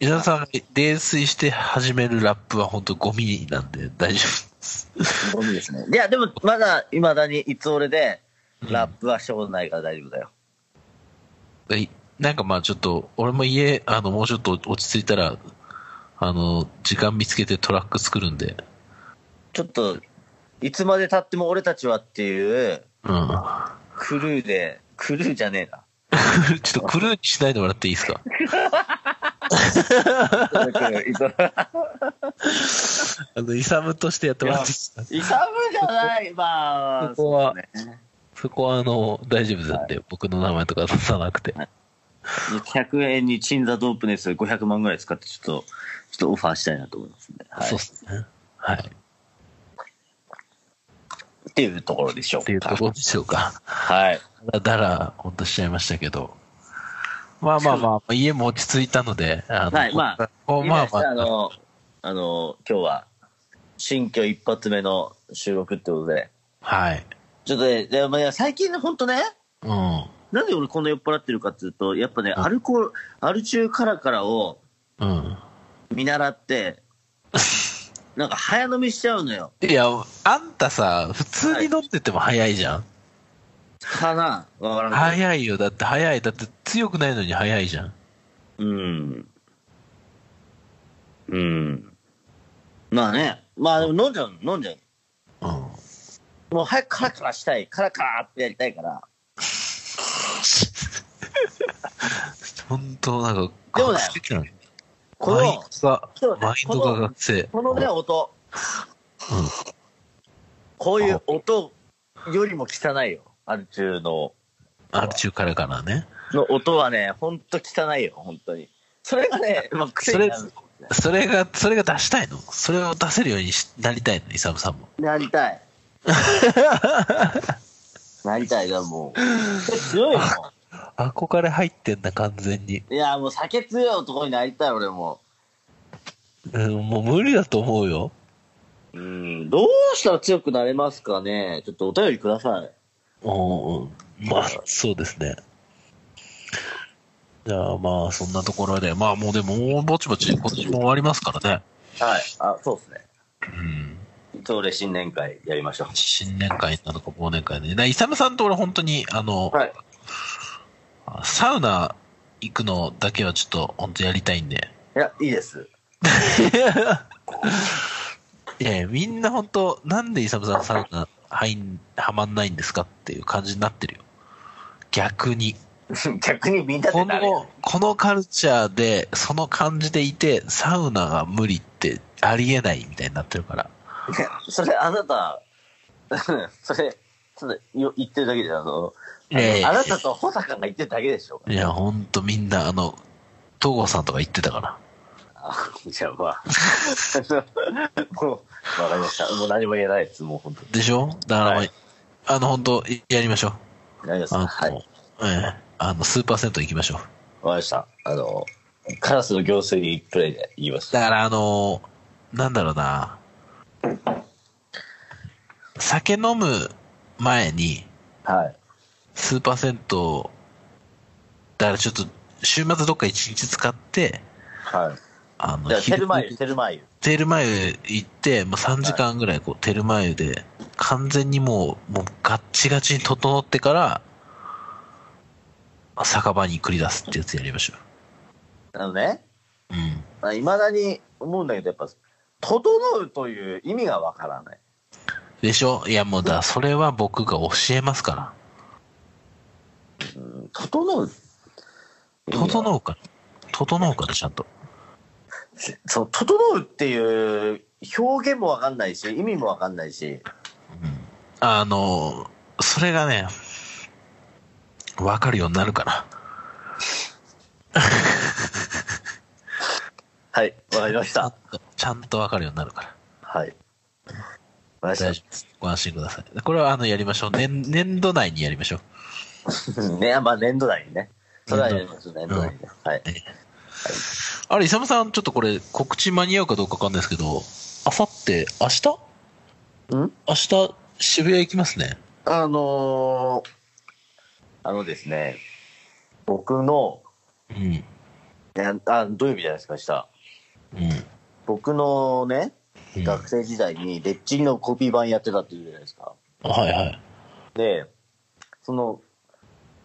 Speaker 2: 伊沢さんが泥酔して始めるラップは本当ゴミなんで大丈夫です。
Speaker 3: ゴミですね。いや、でもまだ、いまだにいつ俺で、ラップはしょうがないから大丈夫だよ。
Speaker 2: はいなんかまあちょっと、俺も家、あの、もうちょっと落ち着いたら、あの、時間見つけてトラック作るんで、
Speaker 3: ちょっと、いつまで経っても俺たちはっていう、
Speaker 2: うん。
Speaker 3: クルーで、クルーじゃね えな。
Speaker 2: ちょっとクルーにしないでもらっていいですか
Speaker 3: いつ
Speaker 2: あの、イサムとしてやってもらっていいですか
Speaker 3: イサムじゃない、まあ、
Speaker 2: ここは
Speaker 3: そうですね。
Speaker 2: そこはあの、大丈夫ですんで、僕の名前とか出さなくて。
Speaker 3: 100円に鎮座ドープネス500万ぐらい使って、ちょっと、ちょっとオファーしたいなと思いますね。はい。
Speaker 2: そうっすね。はい。
Speaker 3: っていうところでしょうか。
Speaker 2: っていうところでしょうか。
Speaker 3: はい。
Speaker 2: だだら、ほんとしちゃいましたけど。まあまあまあ、家も落ち着いたので、あの
Speaker 3: はいまあ
Speaker 2: こうまあま
Speaker 3: あ
Speaker 2: あ、
Speaker 3: の、あの、今日は、新居一発目の収録ってことで、
Speaker 2: はい。
Speaker 3: ちょっとね、でまあ、最近ね、ほんとね、
Speaker 2: うん。
Speaker 3: なんで俺こんな酔っ払ってるかっていうと、やっぱね、
Speaker 2: うん
Speaker 3: アルコール、アル中カラカラを
Speaker 2: うん。
Speaker 3: 見 習って、なんか早飲みしちゃうのよ。
Speaker 2: いや、あんたさ、普通に飲んでても早いじゃん。
Speaker 3: かなわからんけど
Speaker 2: 早いよ。だって早い。だって強くないのに早いじゃん。
Speaker 3: うん。うん。まあね、まあでも飲んじゃうの、飲んじゃう
Speaker 2: うん。
Speaker 3: の。もう早くカラカラしたい、カラカラってやりたいから。
Speaker 2: 本当なんか、
Speaker 3: でもね
Speaker 2: 学生なの
Speaker 3: この
Speaker 2: マインドが
Speaker 3: そう、ね
Speaker 2: マインド
Speaker 3: こ
Speaker 2: が
Speaker 3: の
Speaker 2: 学生。
Speaker 3: このね、音。こういう音よりも汚いよ。アル中の。
Speaker 2: ある中からかなね。
Speaker 3: の音はね、ほんと汚いよ、本当に。それがね、 まあ、癖になるんですよね。
Speaker 2: それが、それが出したいのそれを出せるようにしなりたいの、イサムさんも。
Speaker 3: なりた い。なりたいだ、もう。強いもん。
Speaker 2: 憧れ入ってんだ、完全に。
Speaker 3: いや、もう酒強い男になりたい、俺も。
Speaker 2: うん、もう無理だと思うよ。
Speaker 3: うん、どうしたら強くなれますかねちょっとお便りください。
Speaker 2: うん、まあ、そうですね。じゃあまあ、そんなところで、まあもうでも、もうぼちぼち、今年も終わりますからね。
Speaker 3: はい。あ、そうですね。
Speaker 2: うん。
Speaker 3: いつ俺新年会やりましょう。
Speaker 2: 新年会なのか忘年会ね。な、イサムさんと俺本当に、あの、
Speaker 3: はい。
Speaker 2: サウナ行くのだけはちょっと本当やりたいん で。
Speaker 3: いや、いいです。
Speaker 2: いやいやみんな本当なんでイサムさんサウナ入ん、はまんないんですかっていう感じになってるよ。逆に。
Speaker 3: 逆にみんなで
Speaker 2: こ
Speaker 3: なれ
Speaker 2: の、このカルチャーで、その感じでいて、サウナが無理ってありえないみたいになってるから。
Speaker 3: それ、あなた、それ、ただよ言ってるだけで、あの、
Speaker 2: いやいや
Speaker 3: あなたと保坂が言ってるだけでしょう
Speaker 2: いや、ほんとみんな、あの、東郷さんとか言ってたから。
Speaker 3: あじゃあまあ、 もう、わかりました。もう何も言えないです、もう本当に。
Speaker 2: でしょだから、
Speaker 3: はい
Speaker 2: あの、本当やりましょう。
Speaker 3: 何です
Speaker 2: あ
Speaker 3: か
Speaker 2: の、
Speaker 3: はい。わか
Speaker 2: ええあの、スーパー銭湯行きましょう。
Speaker 3: りました。あの、カラスの行水プレイで言います。
Speaker 2: だから、あのなんだろうな。酒飲む前に、
Speaker 3: はい。
Speaker 2: スーパー銭湯、だからちょっと、週末どっか一日使って、
Speaker 3: は
Speaker 2: あ
Speaker 3: い。
Speaker 2: の
Speaker 3: じゃあ、、テ
Speaker 2: 昼
Speaker 3: ルマユ、テルマユ。
Speaker 2: テルマユ行って、もう3時間ぐらい、こう、テルマユで、完全にもう、もう、ガッチガチに整ってから、酒場に繰り出すってやつやりましょ
Speaker 3: あのね、
Speaker 2: う。うん。
Speaker 3: いまあ未だに思うんだけど、やっぱ、整うという意味がわからない。
Speaker 2: でしょいや、もうだ、それは僕が教えますから。
Speaker 3: うん整う
Speaker 2: 整うから。整うから、ちゃんと。
Speaker 3: そう、整うっていう表現もわかんないし、意味もわかんないし、
Speaker 2: あの、それがね、わかるようになるから。
Speaker 3: はい、わかりまし
Speaker 2: ちゃん
Speaker 3: た。
Speaker 2: と、ちゃんとわかるようになるから。
Speaker 3: はい。わかり
Speaker 2: 大
Speaker 3: ま
Speaker 2: 丈
Speaker 3: し
Speaker 2: 夫です。ご安心ください。これは、あの、やりましょう。年、年度内にやりましょう。
Speaker 3: た。ね、まあ年度内にね。それは
Speaker 2: 年
Speaker 3: 年
Speaker 2: 度
Speaker 3: 度内にね。はい。
Speaker 2: あれ、イサムさん、ちょっとこれ、告知間に合うかどうかわかんないですけど、あさって、明日
Speaker 3: ん
Speaker 2: 明日、渋谷行きますね。
Speaker 3: あのー、あのですね、僕の、
Speaker 2: うん。
Speaker 3: ねあ、土曜日じゃないですか、した
Speaker 2: うん。
Speaker 3: 僕のね、
Speaker 2: うん
Speaker 3: 学生時代に、レッチリのコピー版やってたっていうじゃないですか。
Speaker 2: はいはい。
Speaker 3: で、その、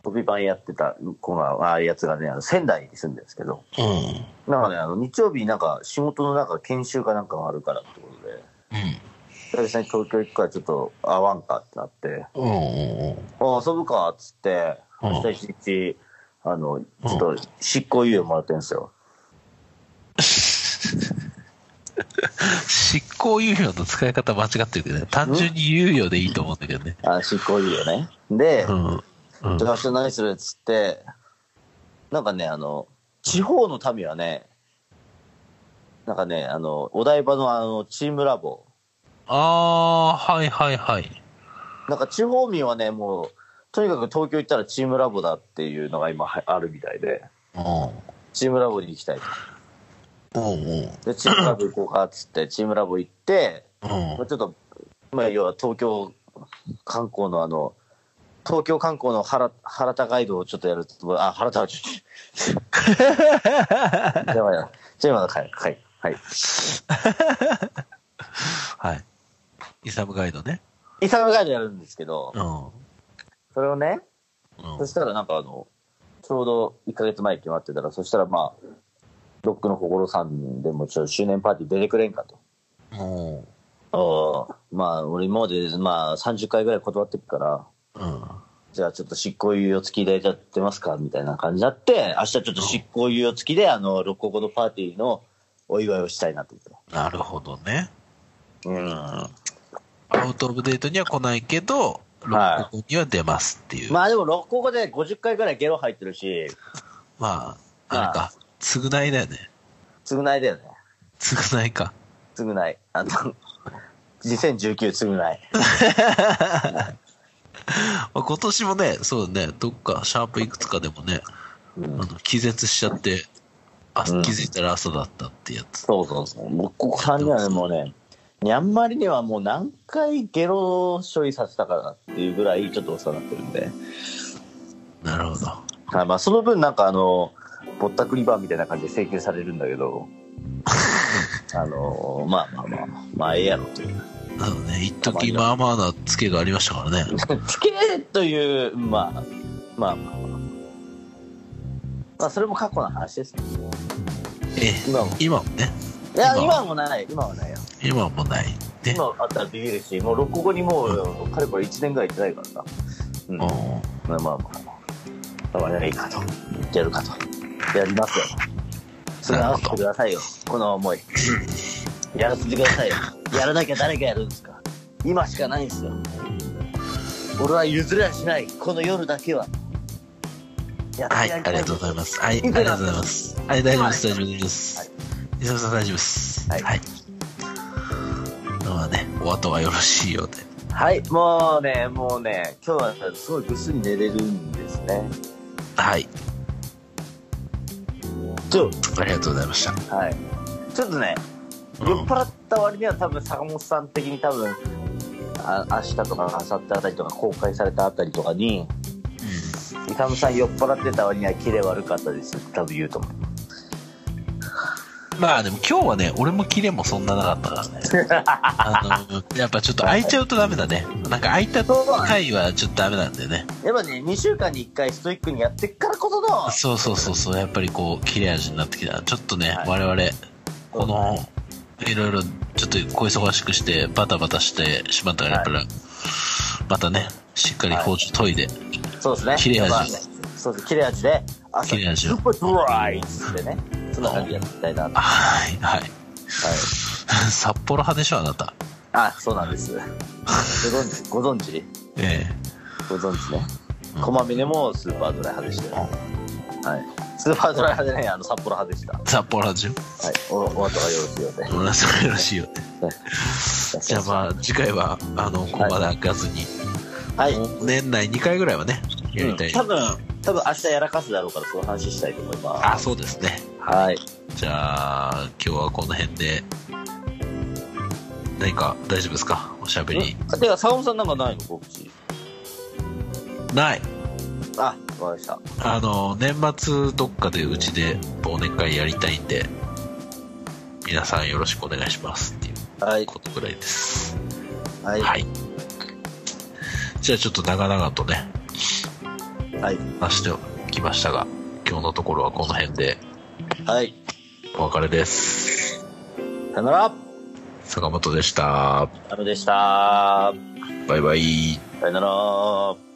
Speaker 3: コピー版やってた子が、あやつがね、あの仙台に住んでるんですけど、
Speaker 2: うん。
Speaker 3: なんかね、あの日曜日になんか仕事のなんか研修かなんかがあるからってことで、
Speaker 2: うん。
Speaker 3: 久々に東京行くからちょっと会わんかってなって、
Speaker 2: うんうんうん。
Speaker 3: あ遊ぶかっつって、
Speaker 2: うん
Speaker 3: 明日一日、あの、ちょっと執行猶予もらってるんですよ。
Speaker 2: 執行猶予の使い方間違ってるけどね。単純に猶予でいいと思うんだけどね。
Speaker 3: あ執行猶予ね。で、
Speaker 2: うん。うん。うん
Speaker 3: じゃあ明日何するっつって、なんかね、あの、地方の民はね、なんかね、あの、お台場のあの、チームラボ、
Speaker 2: あー、はいはいはい。
Speaker 3: なんか地方民はね、もう、とにかく東京行ったらチームラボだっていうのが今はあるみたいで、
Speaker 2: う
Speaker 3: チームラボに行きたいと。
Speaker 2: ん。うんうん。
Speaker 3: で、チームラボ行こうかっつって、チームラボ行って、
Speaker 2: うん
Speaker 3: まあちょっと、まあ、要は東京観光のあの、東京観光の原原田ガイドをちょっとやる。あ、原田、ちょ、ちょ、やばいな。ちょ、今の、はい、はい、はい。
Speaker 2: はい。イサムガイドね。
Speaker 3: イサムガイドやるんですけど
Speaker 2: う、ん。うん。
Speaker 3: それをね、そしたらなんかあの、ちょうど1ヶ月前に決まってたら、そしたらまあ、ロックの心さんでもちょっと周年パーティー出てくれんかと。
Speaker 2: うん。
Speaker 3: ああまあ、俺今まで、まあ、30回ぐらい断ってるから、
Speaker 2: うん。
Speaker 3: じゃあちょっと執行猶予付きでやってますかみたいな感じになって、明日ちょっと執行猶予付きで、あの、六個後のパーティーのお祝いをしたいなと
Speaker 2: なるほどね。
Speaker 3: 思って。うん。
Speaker 2: アウトオブデートには来ないけど、ロッ
Speaker 3: は
Speaker 2: クコには出ますっていう。ま
Speaker 3: まあでも六個後で50回ぐらいゲロ入ってるし、
Speaker 2: あ、あれか。償いだよね。
Speaker 3: 償いだよね。
Speaker 2: 償いか。
Speaker 3: 償い。あの、2019償い。
Speaker 2: まあ今年もね、そうだね、どっか、シャープいくつかでもね、
Speaker 3: うん
Speaker 2: あの気絶しちゃって、あ
Speaker 3: うん
Speaker 2: 気づいたら朝だったってやつ。
Speaker 3: そうそうそう。もうここ3人はね、もうね、にゃんまりにはもう何回ゲロ処理させたかなっていうぐらいちょっとお世話になってるんで。
Speaker 2: なるほど。
Speaker 3: はい、まあその分なんかあの、ぼったくりバーみたいな感じで請求されるんだけ ど、あの、まあまあまあ、まあええやろという。
Speaker 2: なのね、一時まあまあなツケがありましたからね。
Speaker 3: つけという、まあ、まあまあまあ。まあそれも過去の話ですね。
Speaker 2: ええ、
Speaker 3: 今も。
Speaker 2: 今もね、
Speaker 3: いや、
Speaker 2: 今
Speaker 3: 今はもうない。今はないよ。
Speaker 2: 今もない。ね。
Speaker 3: 今あったらビビるし、もう6個後にもう、かれこれ1年ぐらい行ってないからさ。うん。
Speaker 2: う
Speaker 3: ま
Speaker 2: ん
Speaker 3: あまあまあ。まあ、やいいかと。やるかと。やりますよ。それ合わせてくださいよ。この思い。やらせてくださいよ。やらなきゃ誰がやるんですか。今しかないんですよ。俺は譲れはしない。この夜だけは。やって
Speaker 2: はい、
Speaker 3: や
Speaker 2: あ
Speaker 3: りた
Speaker 2: りがとうございます。はい、ありがとうございます。はい、大丈夫です、大丈夫です。伊沢さん大丈夫です。
Speaker 3: はい
Speaker 2: はい。まあね、お後はよろしいようで。
Speaker 3: はい、もうね、もうね、今日はすごいぐっすり寝れるんですね。
Speaker 2: はい、
Speaker 3: ちょ
Speaker 2: ありがとうございました。
Speaker 3: はい。ちょっとね、
Speaker 2: うん
Speaker 3: 酔っ払った割には多分坂本さん的に多分、あ明日とか明後日あたりとか公開されたあたりとかに、イカムさん酔っ払ってた割にはキレ悪かったですって多分言うと思う。
Speaker 2: まあでも今日はね、俺もキレもそんななかった からね。あの、やっぱちょっと開いちゃうとダメだね。なんか開いた回はちょっとダメなんだよね。
Speaker 3: やっぱね、2週間に1回ストイックにやってっからこその、
Speaker 2: そうそうそうそう、やっぱりこう、切れ味になってきた。ちょっとね、
Speaker 3: はい
Speaker 2: 我々、この、いろいろ、ちょっと小忙しくして、バタバタしてしまったから、やっぱり、またね、しっかり包丁研いで、
Speaker 3: そうですね。
Speaker 2: 切れ味
Speaker 3: やっぱねそうです、切れ味で、朝、
Speaker 2: 切れ味
Speaker 3: ス
Speaker 2: を
Speaker 3: ーパードライっつってね、そんな感じでやっていきたいなと。はい。
Speaker 2: はい、はい。 札幌派でしょ、あなた。
Speaker 3: あ、そうな んです。ご存知、ご存知
Speaker 2: え
Speaker 3: ご存知ね
Speaker 2: うん。
Speaker 3: こまみねもスーパードライ派でしたよ。はい。スーパードライ派でね、あの、札幌派でした。
Speaker 2: え札幌派でしょ。
Speaker 3: はい。お、お後がよろしいようで。
Speaker 2: 俺はそれよろしいよね。じゃあまあ、次回は、あの、ここまで開かずに、
Speaker 3: はい。
Speaker 2: 年内2回ぐらいはね、やりたい。
Speaker 3: 多分、多分明日やらかすだろうから、その話したいと思います。
Speaker 2: あ、そうですね。
Speaker 3: はい。
Speaker 2: じゃあ、今日はこの辺で、何か大丈夫ですかおしゃべり。
Speaker 3: んてか、坂本さんなんかないの告知。
Speaker 2: ない。
Speaker 3: あ、わかりました。
Speaker 2: あの、年末どっかでうちで忘年会やりたいんで、皆さんよろしくお願いしますっていう
Speaker 3: はい。
Speaker 2: ことぐらいです。
Speaker 3: はい。は。
Speaker 2: はいい。じゃあちょっと長々とね、
Speaker 3: はい。
Speaker 2: 話してきましたが、今日のところはこの辺でお別れです。
Speaker 3: さよなら。
Speaker 2: 坂本でした。
Speaker 3: あのでした。
Speaker 2: バイバイ。
Speaker 3: さよなら。